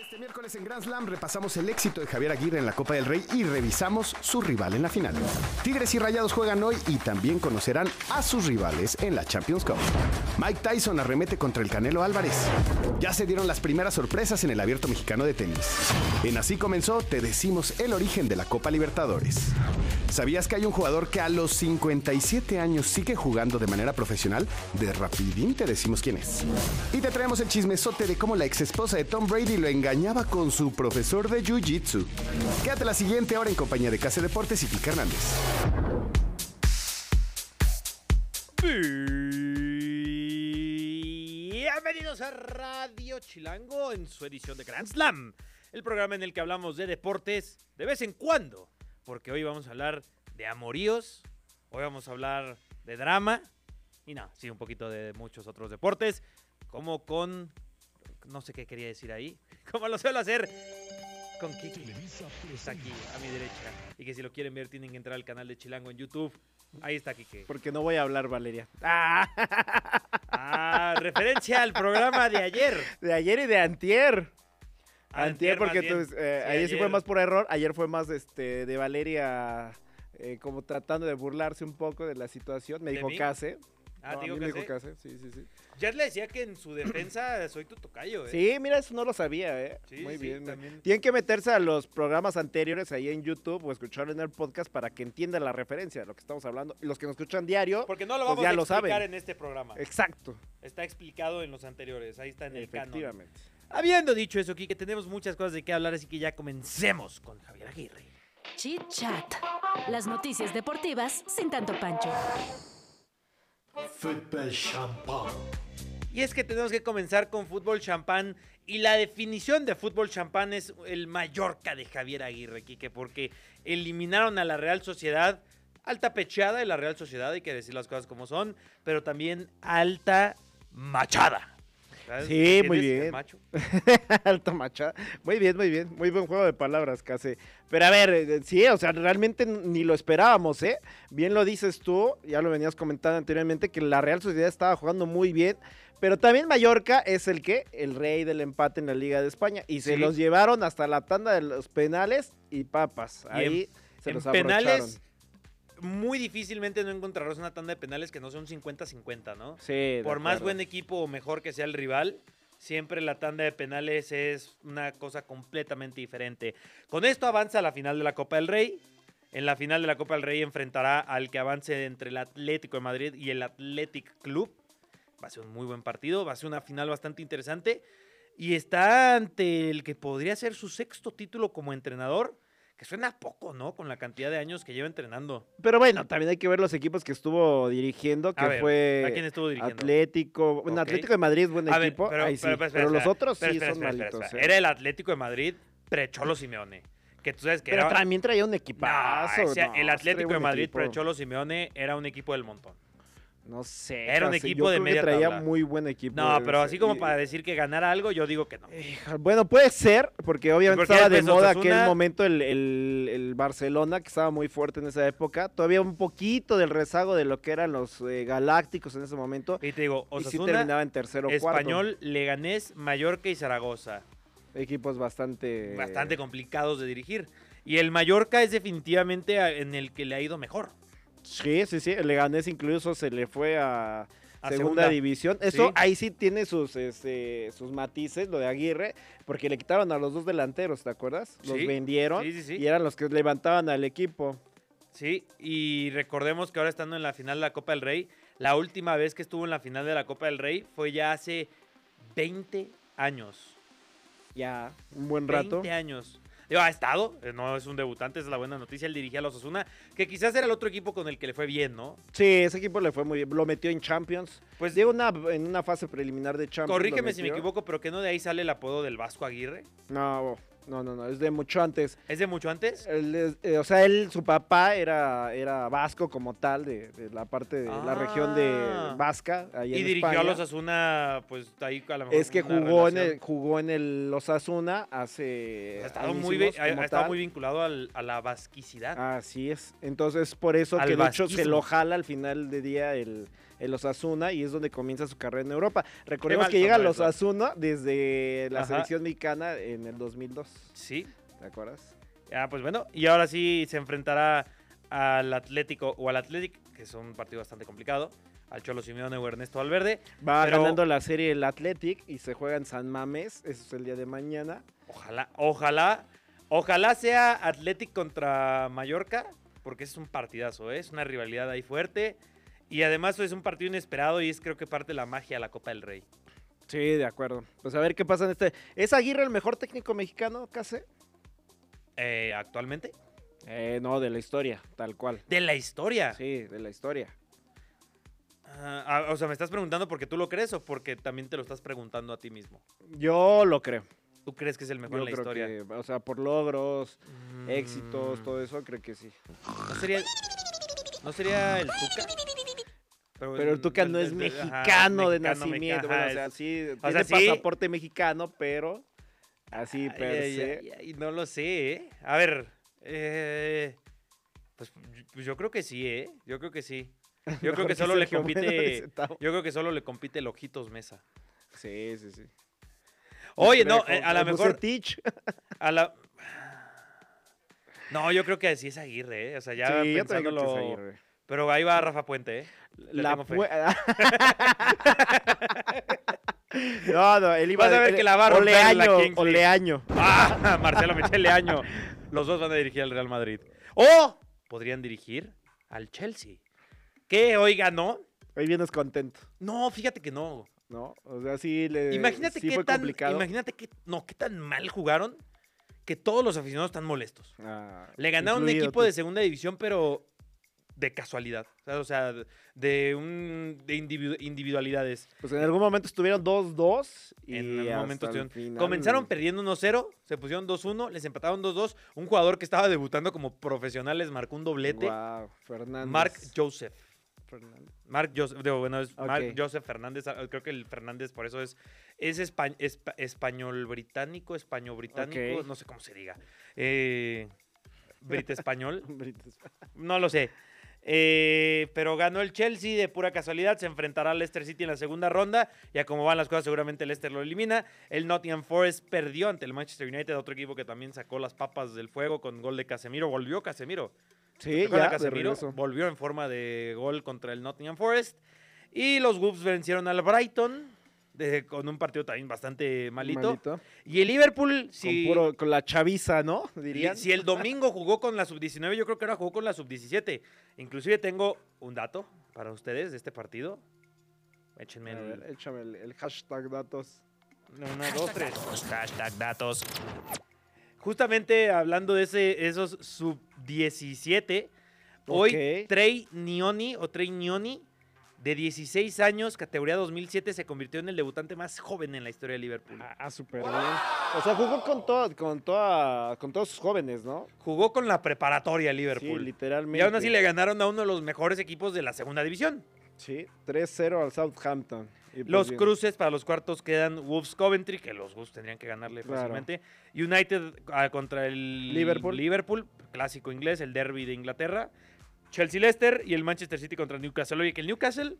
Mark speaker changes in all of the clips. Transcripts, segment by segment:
Speaker 1: Este miércoles en Grand Slam repasamos el éxito de Javier Aguirre en la Copa del Rey y revisamos su rival en la final. Tigres y Rayados juegan hoy y también conocerán a sus rivales en la Champions Cup. Mike Tyson arremete contra el Canelo Álvarez. Ya se dieron las primeras sorpresas en el Abierto Mexicano de Tenis. En Así comenzó, te decimos el origen de la Copa Libertadores. ¿Sabías que hay un jugador que a los 57 años sigue jugando de manera profesional? De rapidín te decimos quién es. Y te traemos el chismesote de cómo la ex esposa de Tom Brady lo engañaba con su profesor de Jiu-Jitsu. Quédate la siguiente hora en compañía de Case Deportes y Kika Hernández.
Speaker 2: Bienvenidos a Radio Chilango en su edición de Grand Slam, el programa en el que hablamos de deportes de vez en cuando, porque hoy vamos a hablar de amoríos, hoy vamos a hablar de drama y nada, sí, un poquito de muchos otros deportes, como con, no sé qué quería decir ahí, como lo suelo hacer con Kiki, que está aquí a mi derecha, y que si lo quieren ver tienen que entrar al canal de Chilango en YouTube, ahí está Kike.
Speaker 3: Porque no voy a hablar, Valeria.
Speaker 2: Ah, referencia al programa de ayer.
Speaker 3: De ayer y de antier.
Speaker 2: Antier,
Speaker 3: Antier, porque
Speaker 2: más bien.
Speaker 3: tú, eh,
Speaker 2: Sí,
Speaker 3: ayer, sí fue
Speaker 2: ayer.
Speaker 3: más por error. Ayer fue más este, de Valeria eh, como tratando de burlarse un poco de la situación. Me
Speaker 2: ¿De
Speaker 3: dijo
Speaker 2: mí?
Speaker 3: Case.
Speaker 2: Ah,
Speaker 3: No, a
Speaker 2: digo
Speaker 3: mí
Speaker 2: que
Speaker 3: me dijo
Speaker 2: sí.
Speaker 3: Case. Sí, sí, sí.
Speaker 2: Ya le decía que en su defensa soy tu tocayo, ¿eh?
Speaker 3: Sí, mira, eso no lo sabía, ¿eh?
Speaker 2: Sí,
Speaker 3: Muy
Speaker 2: sí,
Speaker 3: bien. eh.
Speaker 2: también.
Speaker 3: Tienen que meterse a los programas anteriores ahí en YouTube o escuchar en el podcast para que entiendan la referencia de lo que estamos hablando. Y los que nos escuchan diario,
Speaker 2: Porque no lo
Speaker 3: Pues
Speaker 2: vamos
Speaker 3: ya
Speaker 2: a
Speaker 3: lo
Speaker 2: explicar
Speaker 3: saben.
Speaker 2: en este programa.
Speaker 3: exacto.
Speaker 2: Está explicado en los anteriores. Ahí está en el canon.
Speaker 3: Efectivamente.
Speaker 2: Habiendo dicho eso, Kike, tenemos muchas cosas de qué hablar, así que ya comencemos con Javier Aguirre.
Speaker 4: Chit Chat. Las noticias deportivas sin tanto pancho.
Speaker 5: Football Champagne.
Speaker 2: Y es que tenemos que comenzar con fútbol champán. Y la definición de fútbol champán es el Mallorca de Javier Aguirre, Quique, porque eliminaron a la Real Sociedad. Alta pechada de la Real Sociedad, hay que decir las cosas como son, pero también alta machada. ¿Sabes?
Speaker 3: Sí, muy
Speaker 2: ¿Entiendes? El
Speaker 3: bien.
Speaker 2: macho.
Speaker 3: Alta machada. Muy bien, muy bien. Muy buen juego de palabras, Case. Pero a ver, eh, sí, o sea, realmente ni lo esperábamos, ¿eh? Bien lo dices tú, ya lo venías comentando anteriormente, que la Real Sociedad estaba jugando muy bien. Pero también Mallorca es el que, el rey del empate en la Liga de España. Y se
Speaker 2: Sí.
Speaker 3: los llevaron hasta la tanda de los penales y papas.
Speaker 2: en-
Speaker 3: Ahí se
Speaker 2: en
Speaker 3: los abrocharon.
Speaker 2: penales, muy difícilmente no encontrarás una tanda de penales que no sea un 50-50, ¿no?
Speaker 3: Sí, de
Speaker 2: Por más
Speaker 3: acuerdo.
Speaker 2: buen equipo o mejor que sea el rival, siempre la tanda de penales es una cosa completamente diferente. Con esto avanza a la final de la Copa del Rey. En la final de la Copa del Rey enfrentará al que avance entre el Atlético de Madrid y el Athletic Club. Va a ser un muy buen partido, va a ser una final bastante interesante. Y está ante el que podría ser su sexto título como entrenador, que suena poco, ¿no? Con la cantidad de años que lleva entrenando.
Speaker 3: Pero bueno, también hay que ver los equipos que estuvo dirigiendo, que
Speaker 2: A ver,
Speaker 3: fue.
Speaker 2: ¿A quién estuvo dirigiendo?
Speaker 3: Atlético, bueno,
Speaker 2: Ok.
Speaker 3: Atlético de Madrid es buen
Speaker 2: A ver,
Speaker 3: equipo, ahí sí,
Speaker 2: espera,
Speaker 3: pero los
Speaker 2: espera,
Speaker 3: otros
Speaker 2: espera,
Speaker 3: sí
Speaker 2: espera,
Speaker 3: son
Speaker 2: espera, espera,
Speaker 3: malitos.
Speaker 2: espera.
Speaker 3: ¿eh?
Speaker 2: Era el Atlético de Madrid, pre-Cholo Simeone. Que tú sabes que
Speaker 3: Pero
Speaker 2: era...
Speaker 3: también traía un
Speaker 2: No,
Speaker 3: equipazo.
Speaker 2: ese-
Speaker 3: no,
Speaker 2: el
Speaker 3: sí
Speaker 2: Atlético
Speaker 3: traía
Speaker 2: de
Speaker 3: un
Speaker 2: Madrid,
Speaker 3: equipo.
Speaker 2: pre-Cholo Simeone, era un equipo del montón.
Speaker 3: No sé.
Speaker 2: Era un
Speaker 3: casi,
Speaker 2: equipo
Speaker 3: yo
Speaker 2: de
Speaker 3: creo que
Speaker 2: media
Speaker 3: traía
Speaker 2: tabla.
Speaker 3: muy buen equipo.
Speaker 2: No, pero
Speaker 3: ese,
Speaker 2: así como
Speaker 3: y-
Speaker 2: para decir que ganara algo, yo digo que no.
Speaker 3: Híjole, Bueno, puede ser, porque obviamente
Speaker 2: porque
Speaker 3: estaba de
Speaker 2: después
Speaker 3: moda
Speaker 2: Osasuna-
Speaker 3: aquel momento el, el- el Barcelona, que estaba muy fuerte en esa época. Todavía un poquito del rezago de lo que eran los eh, galácticos en ese momento.
Speaker 2: Y te digo,
Speaker 3: y sí
Speaker 2: Osasuna,
Speaker 3: terminaba en tercero o cuarto.
Speaker 2: Español, Leganés, Mallorca y Zaragoza.
Speaker 3: Equipos bastante.
Speaker 2: Bastante complicados de dirigir. Y el Mallorca es definitivamente a- en el que le ha ido mejor.
Speaker 3: Sí, sí, sí. El Leganés incluso se le fue a,
Speaker 2: A
Speaker 3: segunda,
Speaker 2: segunda.
Speaker 3: división. Eso
Speaker 2: Sí.
Speaker 3: ahí sí tiene sus, este, sus matices, lo de Aguirre, porque le quitaron a los dos delanteros, ¿te acuerdas? Los
Speaker 2: Sí,
Speaker 3: vendieron
Speaker 2: sí, sí, sí.
Speaker 3: y eran los que levantaban al equipo.
Speaker 2: Sí, y recordemos que ahora estando en la final de la Copa del Rey, la última vez que estuvo en la final de la Copa del Rey fue ya hace 20 años.
Speaker 3: Ya, un buen rato.
Speaker 2: 20 años. Digo, ha estado, eh, no es un debutante, esa es la buena noticia. Él dirigía a los Osasuna, que quizás era el otro equipo con el que le fue bien, ¿no?
Speaker 3: Sí, ese equipo le fue muy bien. Lo metió en Champions.
Speaker 2: Pues
Speaker 3: Llegó una, en una fase preliminar de Champions. lo
Speaker 2: corrígeme si me
Speaker 3: metió.
Speaker 2: equivoco, pero que no de ahí sale el apodo del Vasco Aguirre.
Speaker 3: No, No, no, no, es de mucho antes.
Speaker 2: ¿Es de mucho antes?
Speaker 3: Él es- eh, o sea, él, su papá era, era vasco como tal, de, de la parte de la región de
Speaker 2: Ah.
Speaker 3: Vasca.
Speaker 2: y
Speaker 3: Ahí en
Speaker 2: dirigió
Speaker 3: España.
Speaker 2: a los Asuna, pues ahí a lo mejor.
Speaker 3: Es que
Speaker 2: una
Speaker 3: jugó en,
Speaker 2: relación.
Speaker 3: el, jugó en el Osasuna hace.
Speaker 2: Ha estado, muy, vi-
Speaker 3: añísimos
Speaker 2: ha- ha
Speaker 3: como
Speaker 2: estado
Speaker 3: tal. Ah.
Speaker 2: muy vinculado al- a la vasquicidad.
Speaker 3: Así es. Entonces, por eso
Speaker 2: Al
Speaker 3: que de hecho se
Speaker 2: vasquismo.
Speaker 3: lo jala al final de día el, el Osasuna y es donde comienza su carrera en Europa. Recordemos
Speaker 2: mal
Speaker 3: que llega al
Speaker 2: tomar eso.
Speaker 3: Osasuna desde la
Speaker 2: Ajá.
Speaker 3: selección mexicana en el 2002.
Speaker 2: Sí.
Speaker 3: ¿Te acuerdas?
Speaker 2: Ah, pues bueno. Y ahora sí se enfrentará al Atlético o al Athletic, que es un partido bastante complicado. Al Cholo Simeone o Ernesto Valverde.
Speaker 3: Va
Speaker 2: Pero-
Speaker 3: ganando la serie el Athletic y se juega en San Mamés. Eso es el día de mañana.
Speaker 2: Ojalá, ojalá, ojalá sea Athletic contra Mallorca, porque es un partidazo, ¿eh? es una rivalidad ahí fuerte. Y además es un partido inesperado y es creo que parte de la magia de la Copa del Rey.
Speaker 3: Sí, de acuerdo. Pues a ver qué pasa en este. ¿Es Aguirre el mejor técnico mexicano, casi?
Speaker 2: Eh, actualmente,
Speaker 3: Eh, no, de la historia, tal cual.
Speaker 2: de la historia.
Speaker 3: Sí, de la historia.
Speaker 2: Ah, ah, o sea, me estás preguntando porque tú lo crees o porque también te lo estás preguntando a ti mismo.
Speaker 3: Yo lo creo.
Speaker 2: ¿Tú crees que es el mejor
Speaker 3: Yo
Speaker 2: en la
Speaker 3: creo
Speaker 2: historia?
Speaker 3: que, o sea, por logros,
Speaker 2: Mm,
Speaker 3: éxitos, todo eso, creo que sí.
Speaker 2: ¿No sería, ¿no sería el Tuca? Pues
Speaker 3: Pero el Tuca no es
Speaker 2: ajá,
Speaker 3: mexicano de
Speaker 2: mexicano,
Speaker 3: nacimiento.
Speaker 2: mexa-
Speaker 3: bueno,
Speaker 2: ajá,
Speaker 3: o sea,
Speaker 2: es-
Speaker 3: sí,
Speaker 2: sea,
Speaker 3: tiene
Speaker 2: sí.
Speaker 3: pasaporte mexicano, pero así
Speaker 2: Ay,
Speaker 3: per
Speaker 2: ay,
Speaker 3: se.
Speaker 2: ay, ay, no lo sé, ¿eh? A ver, eh, pues yo- pues yo creo que sí, ¿eh? Yo creo que sí. Yo creo que
Speaker 3: Porque
Speaker 2: solo le
Speaker 3: Sergio Bueno
Speaker 2: compite,
Speaker 3: dice, "Tau".
Speaker 2: yo creo que solo le compite el Ojitos Mesa.
Speaker 3: Sí, sí, sí.
Speaker 2: Oye,
Speaker 3: Creo
Speaker 2: no,
Speaker 3: que
Speaker 2: eh, a
Speaker 3: con-
Speaker 2: lo
Speaker 3: con
Speaker 2: mejor,
Speaker 3: Bucetich.
Speaker 2: a la... No, yo creo que sí es Aguirre, ¿eh? O sea, ya
Speaker 3: Sí, yo también creo que es
Speaker 2: pensándolo-
Speaker 3: Aguirre.
Speaker 2: Pero ahí va Rafa Puente, ¿eh? Le
Speaker 3: La
Speaker 2: tengo fe.
Speaker 3: pue- no, no, él iba
Speaker 2: Vas a ver
Speaker 3: él-
Speaker 2: que la va a romper la
Speaker 3: Oleaño,
Speaker 2: Kings League.
Speaker 3: Oleaño.
Speaker 2: ¡Ah! Marcelo Michele Año. Los dos van a dirigir al Real Madrid. O podrían dirigir al Chelsea. Que hoy ganó.
Speaker 3: Hoy vienes contento,
Speaker 2: No, fíjate que no.
Speaker 3: ¿no? O sea, sí le
Speaker 2: Imagínate
Speaker 3: Eh, sí
Speaker 2: qué
Speaker 3: fue
Speaker 2: tan.
Speaker 3: complicado.
Speaker 2: Imagínate que. No, qué tan mal jugaron que todos los aficionados están molestos.
Speaker 3: Ah,
Speaker 2: Le ganaron un
Speaker 3: incluido
Speaker 2: equipo
Speaker 3: tú.
Speaker 2: de segunda división, pero de casualidad. O sea, O sea, de un. de individu- individualidades.
Speaker 3: Pues en algún momento estuvieron 2-2 y
Speaker 2: En algún momento
Speaker 3: hasta el
Speaker 2: estuvieron-
Speaker 3: final-
Speaker 2: Comenzaron perdiendo 1-0, se pusieron 2-1, les empataron 2-2. Un jugador que estaba debutando como profesional les marcó un doblete.
Speaker 3: Guau, Fernández.
Speaker 2: Mark Joseph.
Speaker 3: Fernández.
Speaker 2: Mark Joseph, digo, bueno, es Mark
Speaker 3: Ok.
Speaker 2: Joseph Fernández, ah, creo que el Fernández por eso es, es espa- espa- español británico, español británico,
Speaker 3: Ok.
Speaker 2: no sé cómo se diga. Eh, Brit español,
Speaker 3: Brites.
Speaker 2: no lo sé. Eh, pero ganó el Chelsea de pura casualidad, se enfrentará al Leicester City en la segunda ronda, ya como van las cosas seguramente el Leicester lo elimina. El Nottingham Forest perdió ante el Manchester United, otro equipo que también sacó las papas del fuego con gol de Casemiro, volvió Casemiro.
Speaker 3: Sí,
Speaker 2: Recuerda
Speaker 3: ya, de
Speaker 2: Casemiro
Speaker 3: regreso.
Speaker 2: volvió en forma de gol contra el Nottingham Forest. Y los Wolves vencieron al Brighton de- con un partido también bastante malito. Y el Liverpool, si,
Speaker 3: Con, puro- con la chaviza, ¿no? Dirían.
Speaker 2: si el domingo jugó con la sub-19, yo creo que ahora jugó con la sub-17. Inclusive tengo un dato para ustedes de este partido. Échenme
Speaker 3: A ver,
Speaker 2: el,
Speaker 3: échame el, el hashtag datos.
Speaker 2: uno, dos, tres. Hashtag datos. Justamente hablando de ese, esos sub-17, hoy
Speaker 3: Ok.
Speaker 2: Trey Nioni o Trey Nioni, de 16 años, categoría 2007, se convirtió en el debutante más joven en la historia de Liverpool.
Speaker 3: Ah, súper bien. O sea, jugó con, todo, con, toda, con todos sus jóvenes, ¿no?
Speaker 2: Jugó con la preparatoria
Speaker 3: Sí,
Speaker 2: Liverpool.
Speaker 3: literalmente.
Speaker 2: y aún así le ganaron a uno de los mejores equipos de la segunda división.
Speaker 3: Sí, 3-0 al Southampton. Y pues
Speaker 2: Los
Speaker 3: bien.
Speaker 2: cruces para los cuartos quedan Wolves Coventry, que los Wolves tendrían que ganarle
Speaker 3: Claro.
Speaker 2: fácilmente. United ah, contra el
Speaker 3: Liverpool.
Speaker 2: Liverpool, clásico inglés, el derby de Inglaterra. Chelsea Leicester y el Manchester City contra el Newcastle. Oye, que el Newcastle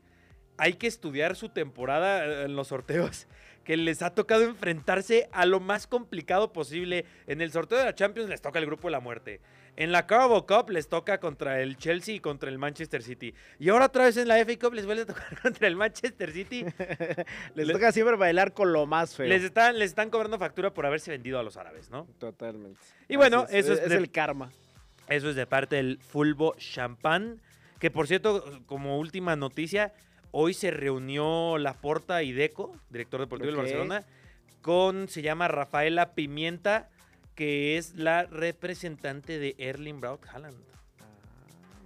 Speaker 2: hay que estudiar su temporada eh, en los sorteos, que les ha tocado enfrentarse a lo más complicado posible. En el sorteo de la Champions les toca el grupo de la muerte. En la Carabao Cup les toca contra el Chelsea y contra el Manchester City. Y ahora otra vez en la FA Cup les vuelve a tocar contra el Manchester City.
Speaker 3: Les
Speaker 2: le-
Speaker 3: toca siempre bailar con lo más feo.
Speaker 2: Les están, les están cobrando factura por haberse vendido a los árabes, ¿no?
Speaker 3: Totalmente.
Speaker 2: Y bueno,
Speaker 3: Así es,
Speaker 2: eso es
Speaker 3: es
Speaker 2: de-
Speaker 3: el karma.
Speaker 2: Eso es de parte del Fulbo Champán, que por cierto, como última noticia, hoy se reunió Laporta y Deco, director deportivo
Speaker 3: Ok.
Speaker 2: del Barcelona, con, se llama Rafaela Pimienta, que es la representante de Erling Braut Haaland.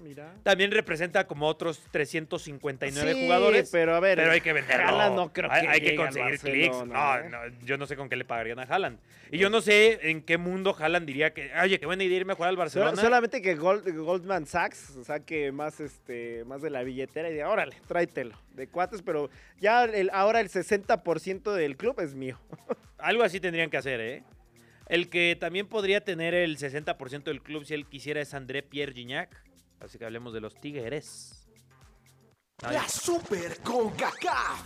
Speaker 3: mira.
Speaker 2: También representa como otros 359
Speaker 3: Ah, Sí,
Speaker 2: jugadores. Pero,
Speaker 3: pero a ver.
Speaker 2: hay que venderlo.
Speaker 3: Haaland no creo
Speaker 2: hay,
Speaker 3: que
Speaker 2: hay que
Speaker 3: llegue al
Speaker 2: conseguir clics.
Speaker 3: Barcelona,
Speaker 2: No,
Speaker 3: ¿eh?
Speaker 2: no, yo no sé con qué le pagarían a Haaland. Y yo no sé en qué mundo Haaland diría que, oye, qué buena idea irme a jugar al
Speaker 3: Sol-
Speaker 2: Barcelona.
Speaker 3: solamente que Gold- Goldman Sachs saque más este más de la billetera y diga, órale, tráetelo, de cuates, pero ya el, ahora el 60% del club es mío.
Speaker 2: Algo así tendrían que hacer, ¿eh? El que también podría tener el 60% del club si él quisiera es André Pierre Gignac. Así que hablemos de los Tigres. Ay,
Speaker 5: La Super CONCACAF.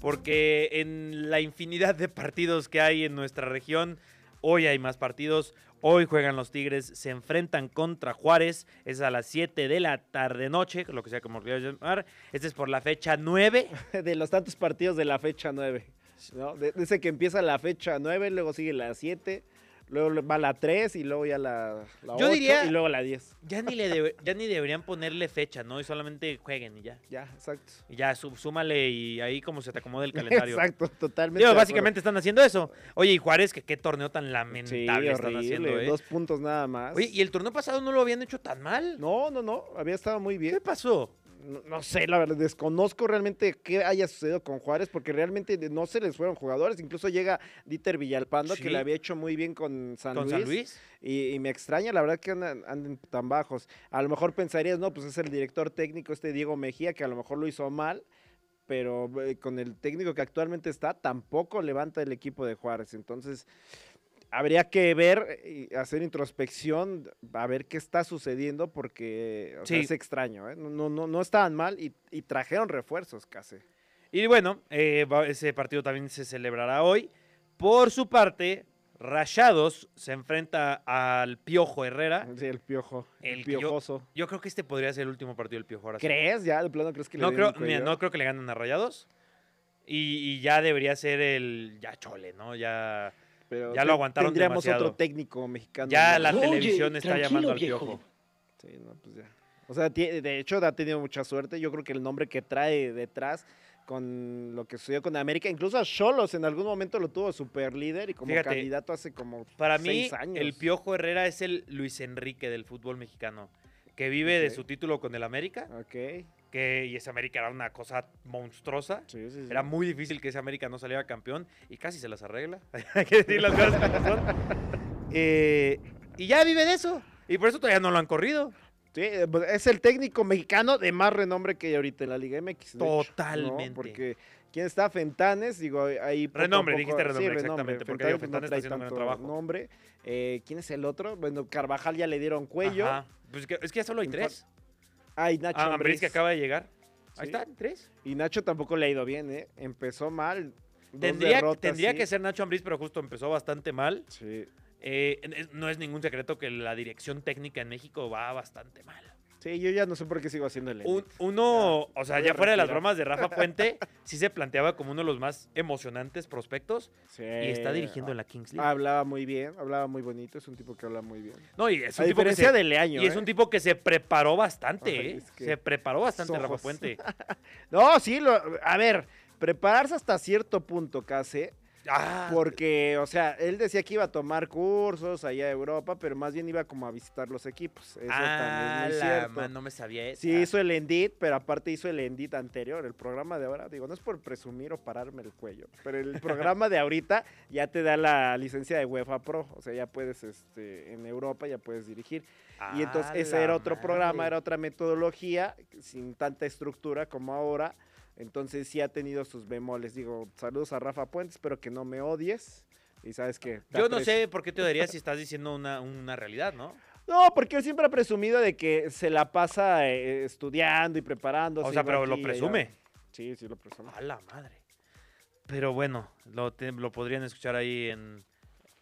Speaker 2: Porque en la infinidad de partidos que hay en nuestra región, hoy hay más partidos. Hoy juegan los Tigres, se enfrentan contra Juárez. Es a las 7 de la tarde-noche, lo que sea como lo quieras llamar. Este es por la fecha 9.
Speaker 3: De los tantos partidos de la fecha 9. ¿no? De- Dice que empieza la fecha 9, luego sigue la 7, luego le- va la 3 y luego ya la, la
Speaker 2: Yo
Speaker 3: 8
Speaker 2: diría-
Speaker 3: y luego la 10.
Speaker 2: Ya ni, le debe- ya ni deberían ponerle fecha, ¿no? Y solamente jueguen y ya.
Speaker 3: Ya, exacto.
Speaker 2: Y ya, sub- súmale y ahí como se te acomode el calendario.
Speaker 3: Exacto, totalmente.
Speaker 2: Digo,
Speaker 3: de acuerdo.
Speaker 2: básicamente están haciendo eso. Oye, y Juárez, que qué torneo tan
Speaker 3: Sí,
Speaker 2: lamentable están
Speaker 3: horrible,
Speaker 2: haciendo, ¿eh?
Speaker 3: dos puntos nada más.
Speaker 2: Oye, y el torneo pasado no lo habían hecho tan mal.
Speaker 3: No, no, no, había estado muy bien.
Speaker 2: ¿Qué pasó?
Speaker 3: No, no sé, la verdad, desconozco realmente qué haya sucedido con Juárez, porque realmente de- no se les fueron jugadores. Incluso llega Dieter Villalpando,
Speaker 2: Sí.
Speaker 3: que le había hecho muy bien con San
Speaker 2: ¿Con
Speaker 3: Luis.
Speaker 2: San Luis?
Speaker 3: Y, y me extraña, la verdad, que andan, anden tan bajos. A lo mejor pensarías, no, pues es el director técnico este Diego Mejía, que a lo mejor lo hizo mal, pero eh, con el técnico que actualmente está, tampoco levanta el equipo de Juárez. Entonces, habría que ver y hacer introspección, a ver qué está sucediendo, porque o sea,
Speaker 2: Sí.
Speaker 3: es extraño, ¿eh? No, no, no, no estaban mal y, y trajeron refuerzos casi.
Speaker 2: Y bueno, eh, va- ese partido también se celebrará hoy. Por su parte, Rayados se enfrenta al Piojo Herrera.
Speaker 3: Sí, el piojo,
Speaker 2: Ah.
Speaker 3: el,
Speaker 2: El que yo-
Speaker 3: piojoso.
Speaker 2: Yo creo que este podría ser el último partido del Piojo. ahora sí.
Speaker 3: ¿Crees? ¿Ya? ¿De plano crees que le
Speaker 2: No
Speaker 3: den
Speaker 2: creo,
Speaker 3: cuello?
Speaker 2: mira, no creo que le ganen a Rayados. Y, y ya debería ser el ya chole, ¿no? Ya,
Speaker 3: Pero
Speaker 2: ya lo
Speaker 3: ten-
Speaker 2: aguantaron
Speaker 3: Tendríamos
Speaker 2: demasiado.
Speaker 3: otro técnico mexicano.
Speaker 2: ya
Speaker 3: ¿no?
Speaker 2: la
Speaker 6: Oye,
Speaker 2: televisión está
Speaker 6: tranquilo,
Speaker 2: llamando al
Speaker 6: viejo.
Speaker 2: Piojo.
Speaker 3: Sí, no, pues ya. O sea, tie- de hecho ha tenido mucha suerte. Yo creo que el nombre que trae detrás con lo que sucedió con América, incluso a Cholos en algún momento lo tuvo super líder y como
Speaker 2: Fíjate,
Speaker 3: candidato hace como
Speaker 2: Para mí,
Speaker 3: seis años.
Speaker 2: el Piojo Herrera es el Luis Enrique del fútbol mexicano, que vive de
Speaker 3: Ok. Ah.
Speaker 2: su título con el América,
Speaker 3: Ok,
Speaker 2: que y ese América era una cosa monstruosa.
Speaker 3: sí, sí, sí.
Speaker 2: Era muy difícil que ese América no saliera campeón y casi se las arregla. Hay que decir las cosas como son. Eh, y ya vive de eso. Y por eso todavía no lo han corrido.
Speaker 3: Sí, eh, pues, es el técnico mexicano de más renombre que hay ahorita en la Liga MX. de hecho, ¿no?
Speaker 2: Totalmente.
Speaker 3: Porque quién está Fentanes, digo, ahí poco a
Speaker 2: Renombre,
Speaker 3: poco-
Speaker 2: dijiste renombre, exactamente, porque digo,
Speaker 3: pues,
Speaker 2: Fentanes está
Speaker 3: trae
Speaker 2: haciendo un gran
Speaker 3: tanto
Speaker 2: trabajo.
Speaker 3: Nombre. Eh, ¿Quién es el otro? Bueno, Carvajal ya le dieron cuello.
Speaker 2: Ajá. Pues que- es que ya solo hay
Speaker 3: Infa-
Speaker 2: tres.
Speaker 3: Ay, Nacho
Speaker 2: Ah, Ambriz que
Speaker 3: Ambriz.
Speaker 2: acaba de llegar. Ahí
Speaker 3: Sí.
Speaker 2: está, tres.
Speaker 3: Y Nacho tampoco le ha ido bien, ¿eh? Empezó mal. dos
Speaker 2: Tendría,
Speaker 3: derrotas,
Speaker 2: tendría
Speaker 3: sí.
Speaker 2: que ser Nacho Ambriz, pero justo empezó bastante mal.
Speaker 3: Sí,
Speaker 2: Eh, es- no es ningún secreto que la dirección técnica en México va bastante mal.
Speaker 3: Sí, yo ya no sé por qué sigo haciéndole.
Speaker 2: Un- uno, o sea,
Speaker 3: voy
Speaker 2: ya
Speaker 3: a
Speaker 2: fuera de las
Speaker 3: retirar.
Speaker 2: bromas de Rafa Puente, sí se planteaba como uno de los más emocionantes prospectos y
Speaker 3: Eh,
Speaker 2: está dirigiendo
Speaker 3: ah,
Speaker 2: en la Kings League.
Speaker 3: Hablaba muy bien, hablaba muy bonito, es un tipo que habla muy bien.
Speaker 2: No, y es
Speaker 3: A
Speaker 2: un tipo que se,
Speaker 3: diferencia de Leaño,
Speaker 2: y es
Speaker 3: ¿eh?
Speaker 2: un tipo que se preparó bastante,
Speaker 3: Ay,
Speaker 2: ¿eh?
Speaker 3: es que
Speaker 2: Se preparó bastante Rafa
Speaker 3: ojos.
Speaker 2: Puente.
Speaker 3: No, sí, lo- a ver, prepararse hasta cierto punto, casi,
Speaker 2: Ah,
Speaker 3: porque, o sea, él decía que iba a tomar cursos allá a Europa, pero más bien iba como a visitar los equipos. Eso
Speaker 2: ah,
Speaker 3: también es muy
Speaker 2: la
Speaker 3: cierto.
Speaker 2: man, no me sabía eso.
Speaker 3: Sí, hizo el Endit, pero aparte hizo el Endit anterior, el programa de ahora. Digo, no es por presumir o pararme el cuello, pero el programa de ahorita ya te da la licencia de UEFA Pro. O sea, ya puedes, este, en Europa ya puedes dirigir. Y entonces ese era otro programa, era otra metodología, sin tanta estructura como ahora. Entonces sí ha tenido sus bemoles. Digo, saludos a Rafa Puentes, espero que no me odies. Y sabes que... te
Speaker 2: Yo no
Speaker 3: aprecio.
Speaker 2: sé por qué te odiaría si estás diciendo una, una realidad, ¿no?
Speaker 3: No, porque él siempre ha presumido de que se la pasa eh, estudiando y preparándose.
Speaker 2: O sea,
Speaker 3: y va
Speaker 2: pero
Speaker 3: aquí
Speaker 2: lo
Speaker 3: y allá.
Speaker 2: presume. Ah,
Speaker 3: Sí, sí, lo presume.
Speaker 2: A la madre. Pero bueno, lo, te- lo podrían escuchar ahí en,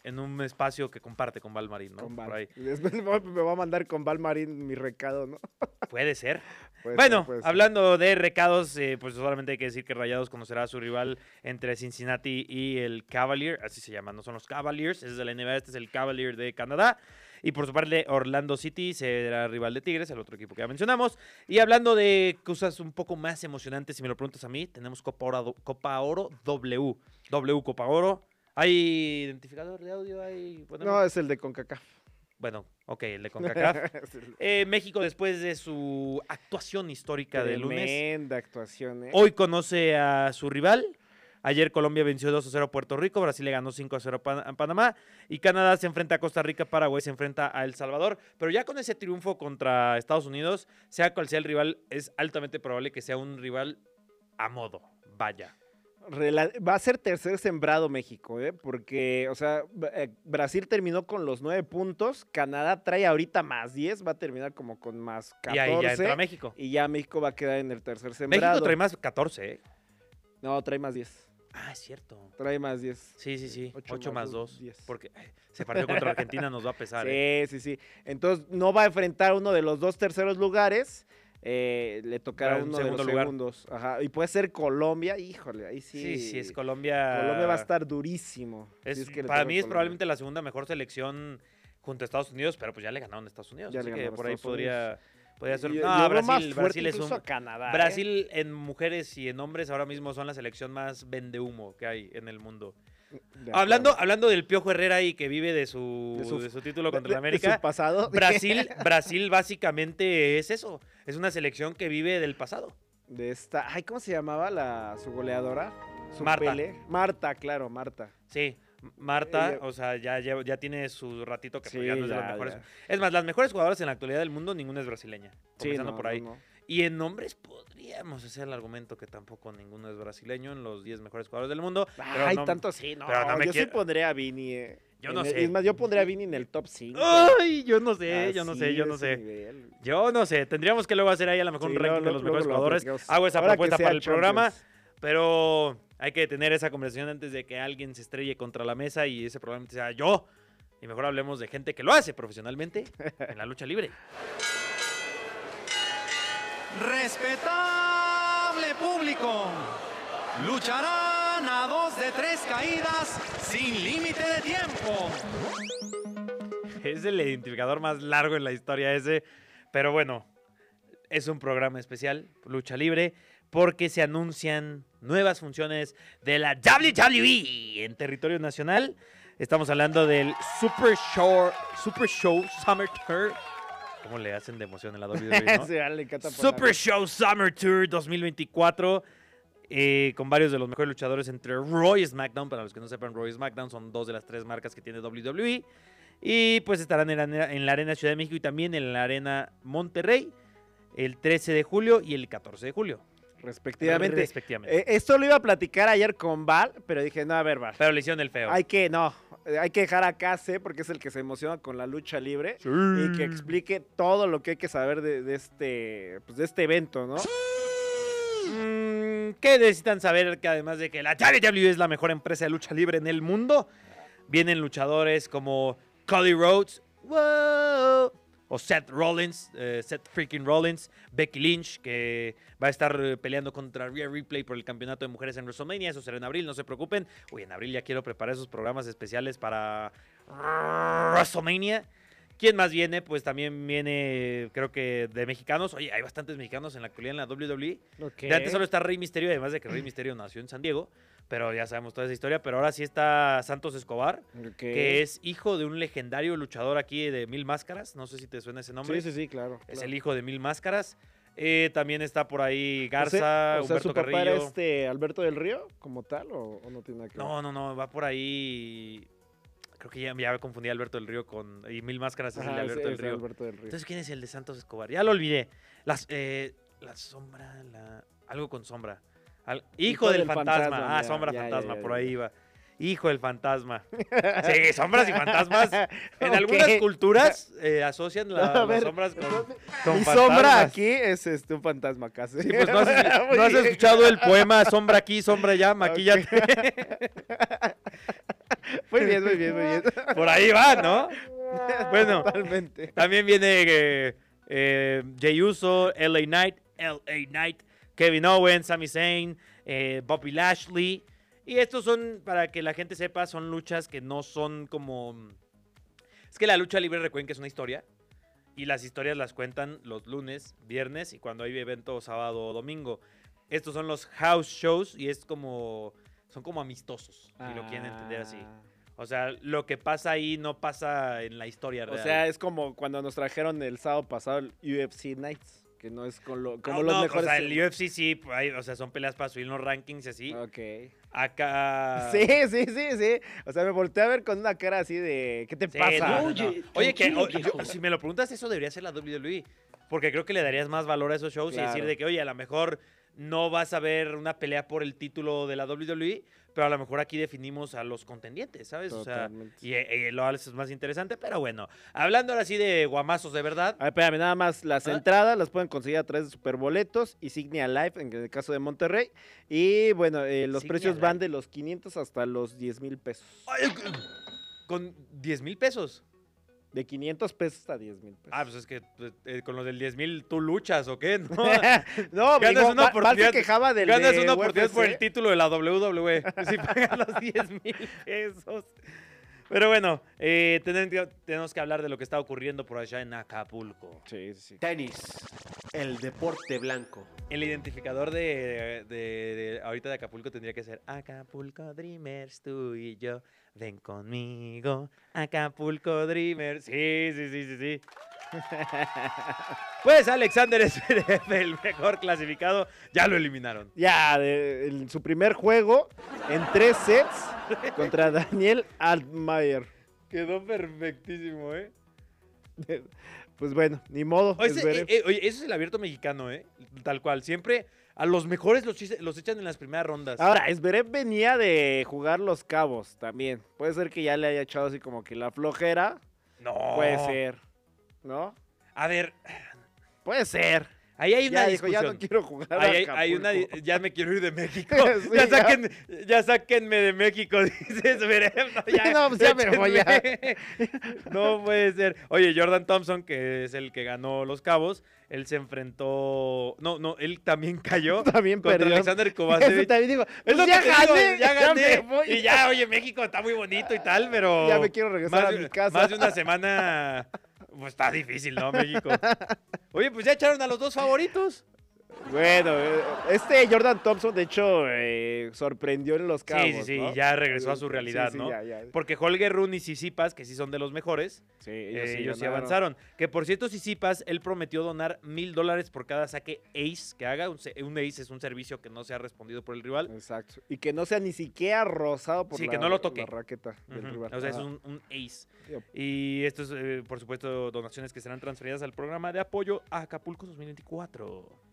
Speaker 2: en un espacio que comparte con Valmarín, ¿no?
Speaker 3: Con
Speaker 2: Por
Speaker 3: Val.
Speaker 2: ahí.
Speaker 3: Y Después me va, me va a mandar con Val Marín mi recado, ¿no? Pues,
Speaker 2: Puede ser.
Speaker 3: Puede
Speaker 2: bueno,
Speaker 3: ser, puede ser.
Speaker 2: hablando de recados, eh, pues solamente hay que decir que Rayados conocerá a su rival entre Cincinnati y el Cavalier, así se llama, no son los Cavaliers, es de la NBA, este es el Cavalier de Canadá. Y por su parte, Orlando City será rival de Tigres, el otro equipo que ya mencionamos. Y hablando de cosas un poco más emocionantes, si me lo preguntas a mí, tenemos Copa Oro, Copa Oro W. W Copa Oro. ¿Hay identificador de audio? ¿Hay,
Speaker 3: No, es el de CONCACAF.
Speaker 2: Bueno, ok, el de CONCACAF. Eh, México, después de su actuación histórica de lunes,
Speaker 3: Tremenda actuación, ¿eh?
Speaker 2: hoy conoce a su rival. Ayer Colombia venció 2-0 a Puerto Rico, Brasil le ganó 5-0 a Pan- a Panamá y Canadá se enfrenta a Costa Rica, Paraguay se enfrenta a El Salvador. Pero ya con ese triunfo contra Estados Unidos, sea cual sea el rival, es altamente probable que sea un rival a modo. Vaya.
Speaker 3: Rela- va a ser tercer sembrado México, ¿eh? Porque, o sea, Ba- eh, Brasil terminó con los nueve puntos, Canadá trae ahorita más 10, va a terminar como con más 14.
Speaker 2: Y ahí ya entra México.
Speaker 3: y ya México va a quedar en el tercer sembrado.
Speaker 2: México trae más 14, ¿eh?
Speaker 3: No, trae más 10.
Speaker 2: Ah, es cierto.
Speaker 3: Trae más 10.
Speaker 2: Sí, sí, sí.
Speaker 3: Ocho
Speaker 2: 8
Speaker 3: más
Speaker 2: más
Speaker 3: dos,
Speaker 2: 2.
Speaker 3: diez.
Speaker 2: Porque eh, se partió contra Argentina, nos va a pesar. ¿eh?
Speaker 3: Sí, sí, sí. Entonces no va a enfrentar uno de los dos terceros lugares. eh, le tocará
Speaker 2: Para un
Speaker 3: uno de
Speaker 2: Ah, segundo
Speaker 3: los
Speaker 2: lugar.
Speaker 3: segundos. Ajá. Y puede ser Colombia. Híjole, ahí sí.
Speaker 2: Sí, sí, es Colombia.
Speaker 3: Colombia va a estar durísimo. si
Speaker 2: es-
Speaker 3: que le
Speaker 2: para
Speaker 3: toca
Speaker 2: mí es
Speaker 3: Colombia.
Speaker 2: probablemente la segunda mejor selección junto a Estados Unidos, pero pues ya le ganaron a Estados Unidos.
Speaker 3: Ya
Speaker 2: así
Speaker 3: le
Speaker 2: que
Speaker 3: ganaron a
Speaker 2: por ahí
Speaker 3: Estados
Speaker 2: podría, podría ser.
Speaker 3: Yo-
Speaker 2: no,
Speaker 3: yo veo
Speaker 2: Brasil,
Speaker 3: más fuerte
Speaker 2: Brasil es
Speaker 3: incluso
Speaker 2: un.
Speaker 3: a Canadá. ¿eh?
Speaker 2: Brasil en mujeres y en hombres ahora mismo son la selección más vendehumo que hay en el mundo.
Speaker 3: De
Speaker 2: Hablando,
Speaker 3: acuerdo.
Speaker 2: hablando del Piojo Herrera y que vive de su,
Speaker 3: De
Speaker 2: de
Speaker 3: su-
Speaker 2: su, título contra
Speaker 3: De-
Speaker 2: la
Speaker 3: de- de
Speaker 2: América,
Speaker 3: su pasado.
Speaker 2: Brasil, Brasil básicamente es eso. Es una selección que vive del pasado.
Speaker 3: De esta. Ay, ¿cómo se llamaba la su goleadora? Su
Speaker 2: Marta.
Speaker 3: Pelé. Marta, claro, Marta.
Speaker 2: Sí. Marta,
Speaker 3: Ella-
Speaker 2: o sea, ya, lleva- ya tiene su ratito que pues, ya no es de las
Speaker 3: ya,
Speaker 2: mejores.
Speaker 3: ya.
Speaker 2: Es más, las mejores jugadoras en la actualidad del mundo, ninguna es brasileña.
Speaker 3: Sí,
Speaker 2: Comenzando
Speaker 3: no,
Speaker 2: por
Speaker 3: no,
Speaker 2: ahí.
Speaker 3: no.
Speaker 2: Y en nombres podríamos hacer el argumento que tampoco ninguno es brasileño en los 10 mejores jugadores del mundo. pero
Speaker 3: Ay,
Speaker 2: no-
Speaker 3: tanto sí, no.
Speaker 2: pero no me
Speaker 3: yo sí
Speaker 2: quiero-
Speaker 3: pondría a Vini, eh.
Speaker 2: Yo
Speaker 3: En
Speaker 2: no
Speaker 3: el-
Speaker 2: sé.
Speaker 3: Es más, yo pondría a Vini en el top 5.
Speaker 2: Ay, yo no sé,
Speaker 3: Ah,
Speaker 2: yo no sé, yo no sé. Yo no sé, tendríamos que luego hacer ahí a lo mejor un ranking de los mejores jugadores. Hago esa propuesta para el programa, pero hay que tener esa conversación antes de que alguien se estrelle contra la mesa y ese probablemente sea yo. Y mejor hablemos de gente que lo hace profesionalmente en la lucha libre.
Speaker 6: Respetable público, lucharán a dos de tres caídas sin límite de tiempo.
Speaker 2: Es el identificador más largo en la historia ese. Pero bueno, es un programa especial, Lucha Libre, porque se anuncian nuevas funciones de la WWE en territorio nacional. Estamos hablando del Super Show, Super Show Summer Tour. ¿Cómo le hacen de emoción en la WWE? no? Super Show Summer Tour 2024. eh, con varios de los mejores luchadores entre Roy y SmackDown. Para los que no sepan, Roy y SmackDown son dos de las tres marcas que tiene WWE. Y pues estarán en la, arena- en la Arena Ciudad de México y también en la Arena Monterrey el 13 de julio y el 14 de julio.
Speaker 3: Respectivamente.
Speaker 2: Respectivamente.
Speaker 3: Eh, esto lo iba a platicar ayer con Val, pero dije, no, a ver, Val.
Speaker 2: Pero le hicieron el feo.
Speaker 3: Hay que, no, eh, hay que dejar a Case porque es el que se emociona con la lucha libre y que explique todo lo que hay que saber de, de este, pues, de este evento, ¿no?
Speaker 2: Mm, ¿Qué necesitan saber? Que además de que la WWE es la mejor empresa de lucha libre en el mundo, vienen luchadores como Cody Rhodes wow, o Seth Rollins, eh, Seth freaking Rollins, Becky Lynch, que va a estar eh, peleando contra Rhea Ripley por el campeonato de mujeres en WrestleMania. Eso será en abril, no se preocupen. Uy, en abril ya quiero preparar esos programas especiales para WrestleMania. ¿Quién más viene? Pues también viene, creo que de mexicanos. Oye, hay bastantes mexicanos en la actualidad en la E. WWE. De antes solo está Rey Misterio, además de que Rey Misterio nació en San Diego, pero ya sabemos toda esa historia. Pero ahora sí está Santos Escobar,
Speaker 3: Ok.
Speaker 2: que es hijo de un legendario luchador aquí de Mil Máscaras. No sé si te suena ese nombre.
Speaker 3: Sí, sí, sí, claro.
Speaker 2: Es
Speaker 3: claro.
Speaker 2: el hijo de Mil Máscaras. Eh, también está por ahí Garza,
Speaker 3: o sea, o sea,
Speaker 2: Humberto
Speaker 3: su papá
Speaker 2: Carrillo.
Speaker 3: era este Alberto del Río, como tal, o, o no tiene nada que ver.
Speaker 2: No, no, no, va por ahí. Creo que ya, ya confundí a Alberto del Río con. Y Mil Máscaras es el de
Speaker 3: Ajá,
Speaker 2: Alberto
Speaker 3: ese-
Speaker 2: del
Speaker 3: ese
Speaker 2: Río.
Speaker 3: Alberto del Río.
Speaker 2: Entonces, ¿quién es el de Santos Escobar? Ya lo olvidé. Las, eh, la sombra, la- algo con sombra. Al- hijo, del, fantasma. Ah,
Speaker 3: ya,
Speaker 2: sombra,
Speaker 3: ya, ya,
Speaker 2: fantasma,
Speaker 3: ya,
Speaker 2: por
Speaker 3: ya.
Speaker 2: ahí iba. Hijo del fantasma. Sí, sombras y fantasmas. En algunas
Speaker 3: Ok.
Speaker 2: culturas eh, asocian la-
Speaker 3: A
Speaker 2: las
Speaker 3: ver,
Speaker 2: sombras con, con
Speaker 3: Mi sombra
Speaker 2: fantasmas.
Speaker 3: aquí es este, un fantasma casi.
Speaker 2: Sí, pues no has,
Speaker 3: Muy
Speaker 2: no has
Speaker 3: bien.
Speaker 2: escuchado el poema Sombra aquí, sombra allá, maquillate.
Speaker 3: Muy bien, muy bien, muy bien.
Speaker 2: Por ahí va, ¿no? Bueno,
Speaker 3: Totalmente.
Speaker 2: También viene eh, eh, Jey Uso, LA Knight, LA Knight, Kevin Owens, Sami Zayn, eh, Bobby Lashley. Y estos son, para que la gente sepa, son luchas que no son como... Es que la lucha libre recuerden que es una historia. Y las historias las cuentan los lunes, viernes y cuando hay evento sábado o domingo. Estos
Speaker 3: Ah.
Speaker 2: son los house shows y es como... Son como amistosos, si lo quieren entender así. O sea, lo que pasa ahí no pasa en la historia
Speaker 3: O
Speaker 2: real.
Speaker 3: sea, es como cuando nos trajeron el sábado pasado el UFC Nights, que no es con lo, como
Speaker 2: No,
Speaker 3: los
Speaker 2: no,
Speaker 3: mejores.
Speaker 2: O sea, el UFC sí, hay- o sea, son peleas para subir los rankings y así.
Speaker 3: Ok.
Speaker 2: Acá.
Speaker 3: Sí, sí, sí, sí. O sea, me volteé a ver con una cara así de. ¿Qué te
Speaker 2: Sí,
Speaker 3: pasa?
Speaker 2: no, no, no.
Speaker 7: Oye,
Speaker 2: Oye, que
Speaker 7: tranquilo,
Speaker 2: o- yo-
Speaker 7: viejo.
Speaker 2: si me lo preguntas, eso debería ser la WWE. Porque creo que le darías más valor a esos shows y decir
Speaker 3: Claro.
Speaker 2: de que, oye, a lo mejor no vas a ver una pelea por el título de la WWE, pero a lo mejor aquí definimos a los contendientes, ¿sabes? O
Speaker 3: Totalmente.
Speaker 2: sea, y, eh, lo haces más interesante, pero bueno. Hablando ahora sí de guamazos de verdad.
Speaker 3: A ver, espérame, nada más las
Speaker 2: ¿Ah?
Speaker 3: entradas las pueden conseguir a través de Superboletos, Insignia Live, en el caso de Monterrey. Y bueno, eh, los
Speaker 2: Insignia
Speaker 3: precios
Speaker 2: Live.
Speaker 3: van de los 500 hasta los 10 mil pesos.
Speaker 2: Ay, Con 10 mil pesos.
Speaker 3: De 500 pesos a 10 mil pesos.
Speaker 2: Ah, pues es que eh, con los del 10 mil tú luchas, ¿o qué? No,
Speaker 3: no,
Speaker 2: ganas una
Speaker 3: digo, Val- Val
Speaker 2: oportunidad-
Speaker 3: se quejaba del
Speaker 2: Ganas
Speaker 3: de
Speaker 2: una oportunidad por
Speaker 3: UFC.
Speaker 2: el título de la WWE. Si pagas los 10 mil pesos. Pero bueno, eh, tenen- tenemos, que hablar de lo que está ocurriendo por allá en Acapulco.
Speaker 3: Sí, sí, sí.
Speaker 7: Tenis, el deporte blanco.
Speaker 2: El identificador de, de- de ahorita de Acapulco tendría que ser Acapulco Dreamers, tú y yo. Ven conmigo, Acapulco Dreamers. Sí, sí, sí, sí, sí. Pues Alexander Zverev, el mejor clasificado, ya lo eliminaron.
Speaker 3: Ya, de- en su primer juego, en tres sets, contra Daniel Altmaier.
Speaker 2: Quedó perfectísimo, ¿eh?
Speaker 3: Pues bueno, ni modo.
Speaker 2: Oye, ese-
Speaker 3: Zverev.
Speaker 2: eh, eh, oye, eso es el abierto mexicano, ¿eh? Tal cual. Siempre a los mejores los, chis- los echan en las primeras rondas.
Speaker 3: Ahora, Esberet venía de jugar los cabos también. Puede ser que ya le haya echado así como que la flojera.
Speaker 2: no.
Speaker 3: Puede ser. ¿No?
Speaker 2: A ver,
Speaker 3: Puede ser.
Speaker 2: ahí hay una
Speaker 3: ya dijo,
Speaker 2: discusión.
Speaker 3: ya no quiero jugar. a
Speaker 2: Ahí hay, hay una. di- eh,
Speaker 3: Acapulco.
Speaker 2: Ya me quiero ir de México.
Speaker 3: Sí,
Speaker 2: ya,
Speaker 3: ya.
Speaker 2: saquen- ya sáquenme de México, dices, veremos.
Speaker 3: Sí, no, pues ya me voy, ya.
Speaker 2: échenme. no puede ser. Oye, Jordan Thompson, que es el que ganó los cabos, él se enfrentó. No, no, él también cayó.
Speaker 3: También
Speaker 2: contra
Speaker 3: perdió.
Speaker 2: Alexander
Speaker 3: Eso
Speaker 2: Kovacevic.
Speaker 3: también digo, "Pues
Speaker 2: Es lo
Speaker 3: ya,
Speaker 2: que te digo,
Speaker 3: gané,
Speaker 2: ya gané.
Speaker 3: me voy.
Speaker 2: Y ya, oye, México está muy bonito y tal, pero.
Speaker 3: Ya me quiero regresar
Speaker 2: más
Speaker 3: a
Speaker 2: de-
Speaker 3: mi casa.
Speaker 2: Más de una semana. Pues está difícil, ¿no, México? Oye, pues ya echaron a los dos favoritos.
Speaker 3: Bueno, eh, este Jordan Thompson, de hecho, eh, sorprendió en los cabos.
Speaker 2: sí, sí, sí.
Speaker 3: ¿no?
Speaker 2: Ya regresó a su
Speaker 3: Sí,
Speaker 2: realidad,
Speaker 3: sí,
Speaker 2: ¿no?
Speaker 3: ya, ya.
Speaker 2: Porque Holger Rune y Sisipas, que sí son de los mejores,
Speaker 3: Sí,
Speaker 2: eh, ellos, sí
Speaker 3: ganaron.
Speaker 2: avanzaron. Que por cierto, Sisipas, él prometió donar mil dólares por cada saque ace que haga. Un, se- un ace es un servicio que no se ha respondido por el rival.
Speaker 3: Exacto. Y que no sea ni siquiera rozado por
Speaker 2: Sí,
Speaker 3: la,
Speaker 2: que no lo
Speaker 3: la
Speaker 2: toque.
Speaker 3: raqueta del
Speaker 2: Ujú,
Speaker 3: rival.
Speaker 2: O sea, es
Speaker 3: Ajá.
Speaker 2: un, un ace.
Speaker 3: Yep.
Speaker 2: Y esto es, eh, por supuesto, donaciones que serán transferidas al programa de apoyo a Acapulco 2024.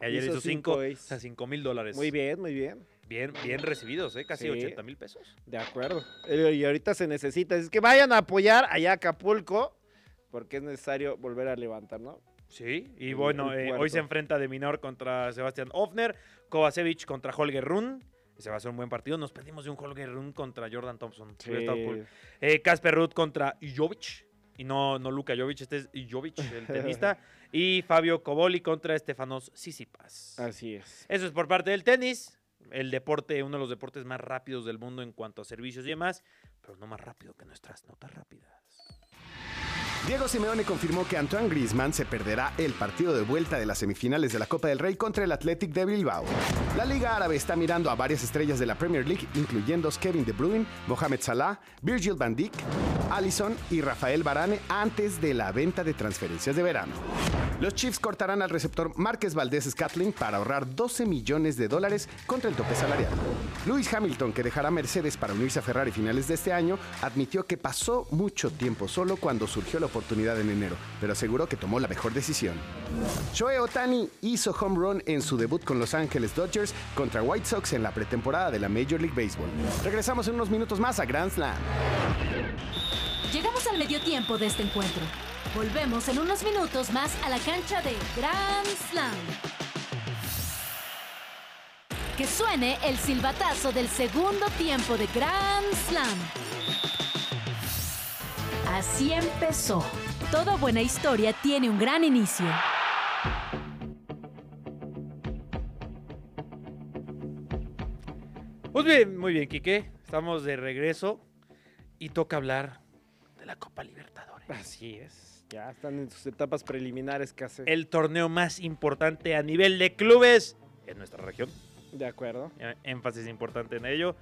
Speaker 2: Ayer
Speaker 3: Hizo
Speaker 2: hizo
Speaker 3: cinco
Speaker 2: 5
Speaker 3: ace.
Speaker 2: mil dólares.
Speaker 3: Muy bien, muy bien.
Speaker 2: bien. Bien recibidos, ¿eh? casi
Speaker 3: Sí.
Speaker 2: 80 mil pesos.
Speaker 3: De acuerdo. Eh, Y ahorita se necesita. Es que vayan a apoyar allá a Acapulco, porque es necesario volver a levantar, ¿no?
Speaker 2: Sí, y
Speaker 3: El-
Speaker 2: bueno,
Speaker 3: el
Speaker 2: eh, hoy
Speaker 3: cuarto.
Speaker 2: se enfrenta de Minor contra Sebastián Ofner, Kovacevic contra Holger Run. Ese va a ser un buen partido. Nos perdimos de un Holger Run contra Jordan Thompson. Hubiera estado cool. Eh, Casper Ruth contra Jovic. Y no, no Luka Jovic, este es Jovic, el tenista. y Fabio Coboli contra Stefanos Sisipas.
Speaker 3: Así es.
Speaker 2: Eso es por parte del tenis. El deporte, uno de los deportes más rápidos del mundo en cuanto a servicios y demás. Pero no más rápido que nuestras notas rápidas.
Speaker 1: Diego Simeone confirmó que Antoine Griezmann se perderá el partido de vuelta de las semifinales de la Copa del Rey contra el Athletic de Bilbao. La Liga Árabe está mirando a varias estrellas de la Premier League, incluyendo Kevin De Bruyne, Mohamed Salah, Virgil van Dijk, Alisson y Rafael Varane antes de la venta de transferencias de verano. Los Chiefs cortarán al receptor Márquez Valdés Scatling para ahorrar 12 millones de dólares contra el tope salarial. Lewis Hamilton, que dejará Mercedes para unirse a Ferrari finales de este año, admitió que pasó mucho tiempo solo cuando surgió la oportunidad en enero, pero aseguró que tomó la mejor decisión. Shohei Otani hizo home run en su debut con Los Ángeles Dodgers contra White Sox en la pretemporada de la Major League Baseball. Regresamos en unos minutos más a Grand Slam.
Speaker 4: Llegamos al medio tiempo de este encuentro. Volvemos en unos minutos más a la cancha de Grand Slam. Que suene el silbatazo del segundo tiempo de Grand Slam. Así empezó. Toda buena historia tiene un gran inicio.
Speaker 2: Pues bien, muy bien, Quique. Estamos de regreso y toca hablar de la Copa Libertadores.
Speaker 3: Así es. Ya están en sus etapas preliminares casi.
Speaker 2: El torneo más importante a nivel de clubes en nuestra región.
Speaker 3: De acuerdo.
Speaker 2: Eh, Énfasis importante en ello.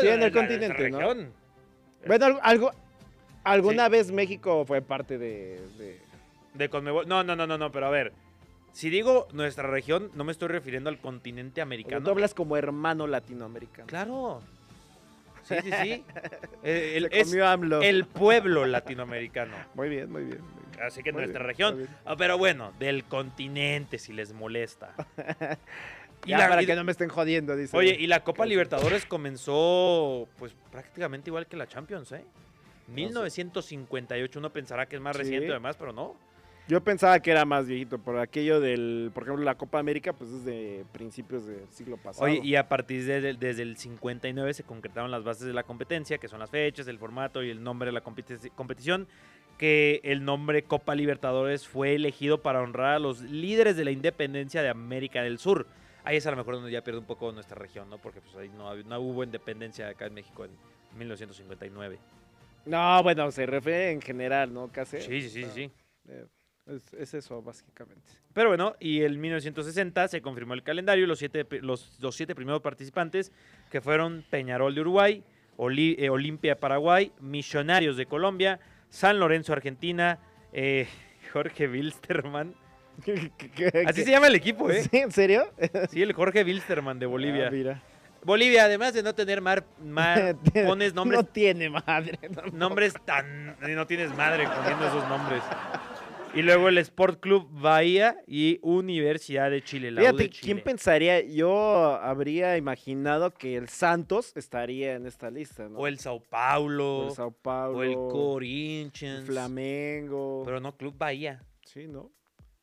Speaker 3: Sí, en el
Speaker 2: la- la-
Speaker 3: continente,
Speaker 2: nuestra
Speaker 3: ¿no?
Speaker 2: región.
Speaker 3: Bueno, algo, algo- alguna
Speaker 2: Sí.
Speaker 3: vez México fue parte de. de-
Speaker 2: De Conmebol. No, no, no, no, no, pero a ver. Si digo nuestra región, no me estoy refiriendo al continente americano.
Speaker 3: Tú hablas como hermano latinoamericano.
Speaker 2: Claro. Sí, sí, sí. Eh, el,
Speaker 3: Se
Speaker 2: es
Speaker 3: comió AMLO.
Speaker 2: el pueblo latinoamericano.
Speaker 3: Muy bien, muy bien. muy bien.
Speaker 2: Así que
Speaker 3: Muy
Speaker 2: nuestra
Speaker 3: bien, muy
Speaker 2: región.
Speaker 3: bien.
Speaker 2: Ah, pero bueno, del continente, si les molesta. Y
Speaker 3: Ya,
Speaker 2: la-
Speaker 3: para
Speaker 2: y-
Speaker 3: que no me estén jodiendo, dice.
Speaker 2: Oye, y la Copa Libertadores comenzó pues prácticamente igual que la Champions, ¿eh? 1958, uno pensará que es más
Speaker 3: Sí.
Speaker 2: reciente y demás, pero no.
Speaker 3: Yo pensaba que era más viejito, por aquello del. Por ejemplo, la Copa América, pues es de principios del siglo pasado.
Speaker 2: Oye, y a partir de- del- desde el 59 se concretaron las bases de la competencia, que son las fechas, el formato y el nombre de la competi- competición, que el nombre Copa Libertadores fue elegido para honrar a los líderes de la independencia de América del Sur. Ahí es a lo mejor donde ya pierde un poco nuestra región, ¿no? Porque pues ahí no, hab- no hubo independencia acá en México en 1959.
Speaker 3: No, bueno, se refiere en general, ¿no? Casi.
Speaker 2: Sí, sí, sí, sí.
Speaker 3: Ah,
Speaker 2: sí.
Speaker 3: eh, es, es eso, básicamente.
Speaker 2: Pero bueno, y en 1960 se confirmó el calendario, los siete, pri- los, los siete primeros participantes, que fueron Peñarol de Uruguay, Oli- eh, Olimpia Paraguay, Millonarios de Colombia, San Lorenzo Argentina, eh, Jorge Wilstermann.
Speaker 3: ¿Qué- qué-
Speaker 2: Así
Speaker 3: qué-
Speaker 2: se llama el equipo, ¿eh?
Speaker 3: ¿Sí? ¿En serio?
Speaker 2: Sí, el Jorge Wilstermann de Bolivia.
Speaker 3: Ah, mira.
Speaker 2: Bolivia, además de no tener mar, mar pones nombres,
Speaker 3: No tiene madre. no.
Speaker 2: nombres tan... No tienes madre poniendo esos nombres. Y luego el Sport Club Bahía y Universidad de Chile, la U
Speaker 3: Fíjate,
Speaker 2: de Chile.
Speaker 3: ¿quién pensaría? Yo habría imaginado que el Santos estaría en esta lista, ¿no?
Speaker 2: O el Sao Paulo.
Speaker 3: O el Sao Paulo.
Speaker 2: O el
Speaker 3: el
Speaker 2: Corinthians.
Speaker 3: Flamengo.
Speaker 2: Pero no, Club Bahía.
Speaker 3: Sí, ¿no?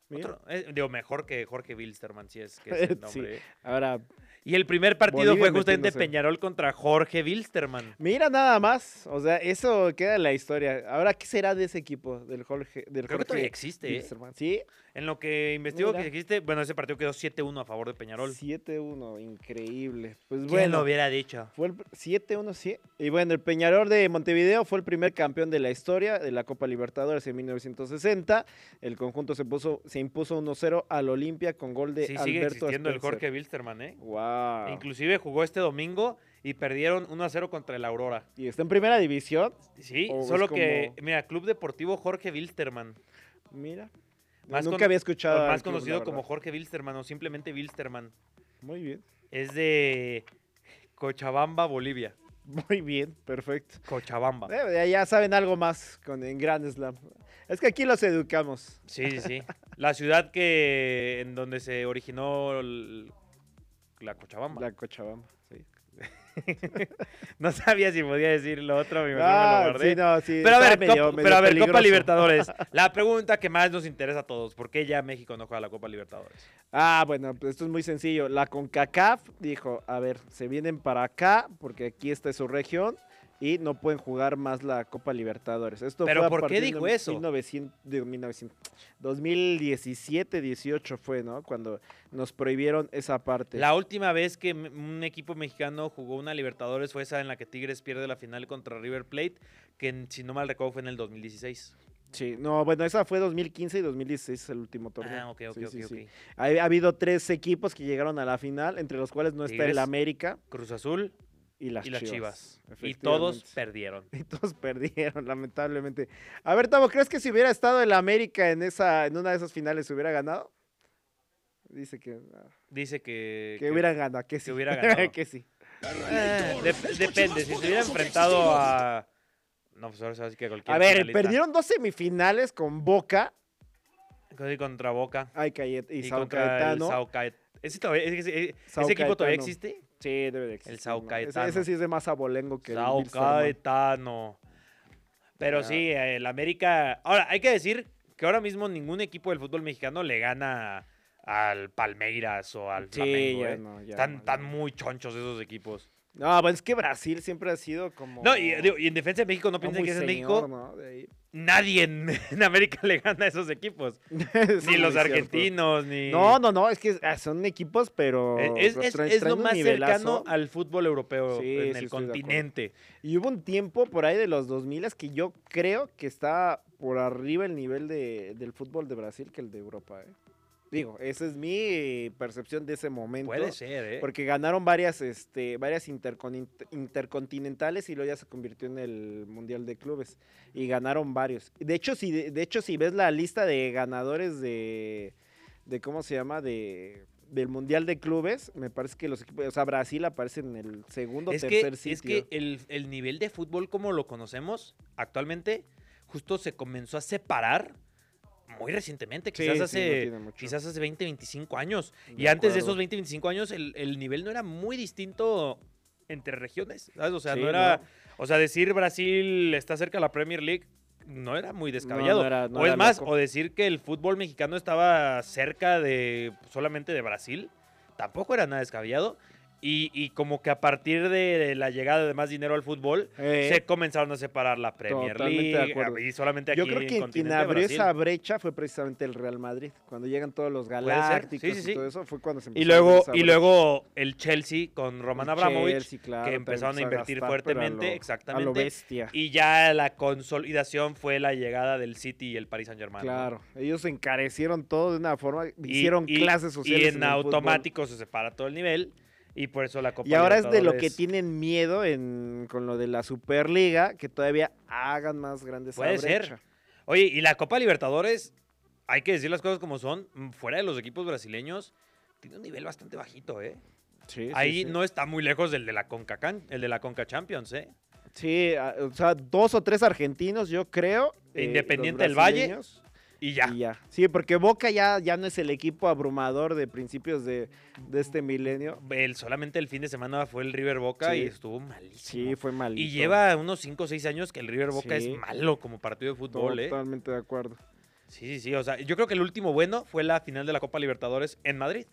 Speaker 3: Mira.
Speaker 2: Otro- eh, digo, mejor que Jorge Wilstermann, si es que es el
Speaker 3: Sí.
Speaker 2: nombre. ¿eh?
Speaker 3: Ahora,
Speaker 2: Y el primer partido
Speaker 3: Bolivia
Speaker 2: fue justamente
Speaker 3: metiéndose.
Speaker 2: Peñarol contra Jorge Wilstermann.
Speaker 3: mira nada más. O sea, eso queda en la historia. Ahora, ¿qué será de ese equipo? Del Jorge. Del
Speaker 2: Creo que
Speaker 3: Jorge
Speaker 2: todavía existe. ¿eh?
Speaker 3: Wilstermann? Sí,
Speaker 2: En lo que investigo que
Speaker 3: Mira.
Speaker 2: dijiste, bueno, ese partido quedó 7-1 a favor de Peñarol.
Speaker 3: 7-1, increíble. Pues
Speaker 2: ¿Quién
Speaker 3: bueno.
Speaker 2: lo hubiera dicho?
Speaker 3: Fue el pr- 7-1, sí. Y bueno, el Peñarol de Montevideo fue el primer campeón de la historia de la Copa Libertadores en 1960. El conjunto se, puso, se impuso 1-0 al Olimpia con gol de
Speaker 2: Sí, sigue
Speaker 3: Alberto
Speaker 2: existiendo el Jorge Wilstermann, ¿eh?
Speaker 3: Wow.
Speaker 2: Inclusive jugó este domingo y perdieron 1-0 contra el Aurora.
Speaker 3: y está en primera división.
Speaker 2: Sí,
Speaker 3: O Oh, es
Speaker 2: solo que,
Speaker 3: como-
Speaker 2: mira, Club Deportivo Jorge Wilstermann.
Speaker 3: Mira.
Speaker 2: Más
Speaker 3: Nunca
Speaker 2: cono-
Speaker 3: había escuchado.
Speaker 2: o
Speaker 3: al
Speaker 2: más
Speaker 3: club, la
Speaker 2: conocido
Speaker 3: verdad.
Speaker 2: como Jorge Wilstermann o simplemente Wilstermann.
Speaker 3: Muy bien.
Speaker 2: Es de Cochabamba, Bolivia.
Speaker 3: Muy bien, perfecto.
Speaker 2: Cochabamba.
Speaker 3: Eh, ya- ya saben algo más con, en Grand Slam. Es que aquí los educamos.
Speaker 2: Sí, sí, sí. La ciudad que en donde se originó el- la Cochabamba.
Speaker 3: La Cochabamba. Sí.
Speaker 2: No sabía si podía decir lo otro, me imagino que lo
Speaker 3: Ah,
Speaker 2: guardé.
Speaker 3: sí, no, sí.
Speaker 2: Pero a
Speaker 3: está
Speaker 2: ver,
Speaker 3: medio-
Speaker 2: Copa,
Speaker 3: medio
Speaker 2: pero a ver, Copa
Speaker 3: peligroso.
Speaker 2: Libertadores. La pregunta que más nos interesa a todos, ¿por qué ya México no juega la Copa Libertadores?
Speaker 3: Ah, bueno, pues esto es muy sencillo. La CONCACAF dijo, a ver, se vienen para acá porque aquí está su región y no pueden jugar más la Copa Libertadores. Esto
Speaker 2: ¿Pero
Speaker 3: fue a
Speaker 2: por qué
Speaker 3: partir de
Speaker 2: dijo eso?
Speaker 3: 1900, de 1900, 2017, 18 fue, ¿no? Cuando nos prohibieron esa parte.
Speaker 2: La última vez que m- un equipo mexicano jugó una Libertadores fue esa en la que Tigres pierde la final contra River Plate, que en- si no mal recuerdo fue en el 2016.
Speaker 3: Sí, no, bueno, esa fue 2015 y 2016 el último torneo.
Speaker 2: Ah, ok, ok,
Speaker 3: Sí,
Speaker 2: ok,
Speaker 3: sí, sí.
Speaker 2: ok.
Speaker 3: Ha, ha habido tres equipos que llegaron a la final, entre los cuales no está
Speaker 2: Tigres.
Speaker 3: el América
Speaker 2: Cruz Azul
Speaker 3: y las
Speaker 2: y las Chivas.
Speaker 3: Chivas.
Speaker 2: Y todos
Speaker 3: Efectivamente.
Speaker 2: perdieron.
Speaker 3: Y todos perdieron, lamentablemente. A ver, Tavo, ¿crees que si hubiera estado el América en esa, en una de esas finales se hubiera ganado? Dice que, ah,
Speaker 2: Dice que...
Speaker 3: que hubieran ganado, que sí.
Speaker 2: hubiera ganado.
Speaker 3: que sí.
Speaker 2: Eh, dep- depende, si se hubiera enfrentado a... No, pues ahora sí que cualquier
Speaker 3: A ver,
Speaker 2: finalista.
Speaker 3: perdieron dos semifinales con Boca.
Speaker 2: Sí, contra Boca
Speaker 3: Ay, Cayet y,
Speaker 2: y,
Speaker 3: Sao
Speaker 2: contra
Speaker 3: Caetano.
Speaker 2: el Sao Caet- ¿Ese, todavía- ese- ese-
Speaker 3: Sao
Speaker 2: ese equipo todavía
Speaker 3: Caetano.
Speaker 2: existe?
Speaker 3: Sí, debe de existir.
Speaker 2: Sao
Speaker 3: ¿no? Ese-
Speaker 2: Caetano.
Speaker 3: Ese, sí es de más abolengo que el
Speaker 2: Sao
Speaker 3: Wilstermann.
Speaker 2: Caetano. Pero sí, el América. Ahora, hay que decir que ahora mismo ningún equipo del fútbol mexicano le gana al Palmeiras o al
Speaker 3: Sí,
Speaker 2: Flamengo.
Speaker 3: ya
Speaker 2: ¿eh?
Speaker 3: no, ya
Speaker 2: están,
Speaker 3: no, ya
Speaker 2: están
Speaker 3: no.
Speaker 2: muy chonchos esos equipos.
Speaker 3: No, bueno, es que Brasil siempre ha sido como...
Speaker 2: No, y, digo, y en defensa de México, no
Speaker 3: como
Speaker 2: piensen
Speaker 3: muy
Speaker 2: que es en México.
Speaker 3: señor, ¿no? De ahí.
Speaker 2: Nadie en, en América le gana a esos equipos.
Speaker 3: Eso
Speaker 2: Ni
Speaker 3: es
Speaker 2: los
Speaker 3: muy cierto.
Speaker 2: argentinos, ni.
Speaker 3: No, no, no, es que ah, son equipos, pero...
Speaker 2: Eh, Es, es-
Speaker 3: traen-
Speaker 2: es
Speaker 3: traen
Speaker 2: lo
Speaker 3: un
Speaker 2: más cercano
Speaker 3: nivelazo.
Speaker 2: al fútbol europeo
Speaker 3: Sí, sí,
Speaker 2: en
Speaker 3: estoy de
Speaker 2: el
Speaker 3: acuerdo.
Speaker 2: continente.
Speaker 3: Y hubo un tiempo por ahí de los 2000 que yo creo que está por arriba el nivel de- del fútbol de Brasil que el de Europa. ¿eh? Digo, esa es mi percepción de ese momento.
Speaker 2: Puede ser, ¿eh?
Speaker 3: Porque ganaron varias, este, varias intercon- intercontinentales y luego ya se convirtió en el Mundial de Clubes. Y ganaron varios. De hecho, si, de hecho, si ves la lista de ganadores de, de ¿cómo se llama? De, del Mundial de Clubes, me parece que los equipos, o sea, Brasil aparece en el segundo,
Speaker 2: es que,
Speaker 3: tercer sitio.
Speaker 2: es que el, el nivel de fútbol como lo conocemos actualmente, justo se comenzó a separar muy recientemente,
Speaker 3: Sí,
Speaker 2: quizás
Speaker 3: sí, no
Speaker 2: hace
Speaker 3: tiene mucho.
Speaker 2: quizás hace 20, 25 años. y
Speaker 3: De
Speaker 2: antes de
Speaker 3: acuerdo.
Speaker 2: esos 20, 25 años, el, el nivel no era muy distinto entre regiones, ¿sabes? O sea,
Speaker 3: Sí,
Speaker 2: no era...
Speaker 3: no.
Speaker 2: O sea, decir Brasil está cerca de la Premier League no era muy descabellado.
Speaker 3: no era- no
Speaker 2: o es
Speaker 3: era
Speaker 2: más,
Speaker 3: loco.
Speaker 2: o decir que el fútbol mexicano estaba cerca de solamente de Brasil, tampoco era nada descabellado. Y, y como que a partir de la llegada de más dinero al fútbol,
Speaker 3: Eh.
Speaker 2: se comenzaron a separar la Premier
Speaker 3: Totalmente de
Speaker 2: League.
Speaker 3: acuerdo.
Speaker 2: Y solamente aquí
Speaker 3: Yo creo
Speaker 2: en
Speaker 3: que quien
Speaker 2: continente
Speaker 3: abrió
Speaker 2: Brasil.
Speaker 3: esa brecha fue precisamente el Real Madrid. Cuando llegan todos los
Speaker 2: ser,
Speaker 3: galácticos
Speaker 2: sí, sí, sí.
Speaker 3: y todo eso, fue cuando se
Speaker 2: Y
Speaker 3: empezó a abrir
Speaker 2: luego,
Speaker 3: esa
Speaker 2: y
Speaker 3: brecha.
Speaker 2: luego el Chelsea con Roman
Speaker 3: El
Speaker 2: Abramovich,
Speaker 3: Chelsea, claro,
Speaker 2: que
Speaker 3: también
Speaker 2: empezaron a
Speaker 3: empezó a
Speaker 2: invertir
Speaker 3: gastar, pero a
Speaker 2: fuertemente,
Speaker 3: lo- a lo
Speaker 2: exactamente.
Speaker 3: bestia.
Speaker 2: Y ya la consolidación fue la llegada del City y el Paris Saint Germain.
Speaker 3: Claro, ellos se encarecieron todo de una forma,
Speaker 2: Y-
Speaker 3: hicieron
Speaker 2: y-
Speaker 3: clases sociales.
Speaker 2: Y
Speaker 3: en
Speaker 2: en,
Speaker 3: el fútbol.
Speaker 2: automático se separa todo el nivel. Y por eso la Copa
Speaker 3: Y ahora es de lo que
Speaker 2: Libertadores-
Speaker 3: tienen miedo en, con lo de la Superliga, que todavía hagan más grandes
Speaker 2: Puede ser. Oye, y la Copa Libertadores, hay que decir las cosas como son, mm, fuera de los equipos brasileños, tiene un nivel bastante bajito, ¿eh? Ahí no está muy lejos del de la Conca, el de la Conca Champions, ¿eh?
Speaker 3: Sí, a- o sea, dos o tres argentinos, yo creo. eh,
Speaker 2: Independiente
Speaker 3: los
Speaker 2: del Valle,
Speaker 3: brasileños,
Speaker 2: Y ya.
Speaker 3: y ya. Sí, porque Boca ya, ya no es el equipo abrumador de principios de, de este milenio.
Speaker 2: El, solamente el fin de semana fue el River Boca
Speaker 3: Sí.
Speaker 2: y estuvo malísimo.
Speaker 3: Sí, fue malito.
Speaker 2: y lleva unos 5 o 6 años que el River Boca
Speaker 3: Sí.
Speaker 2: es malo como partido de fútbol, ¿eh?
Speaker 3: Totalmente de acuerdo.
Speaker 2: Sí, sí, sí. O sea, yo creo que el último bueno fue la final de la Copa Libertadores en Madrid,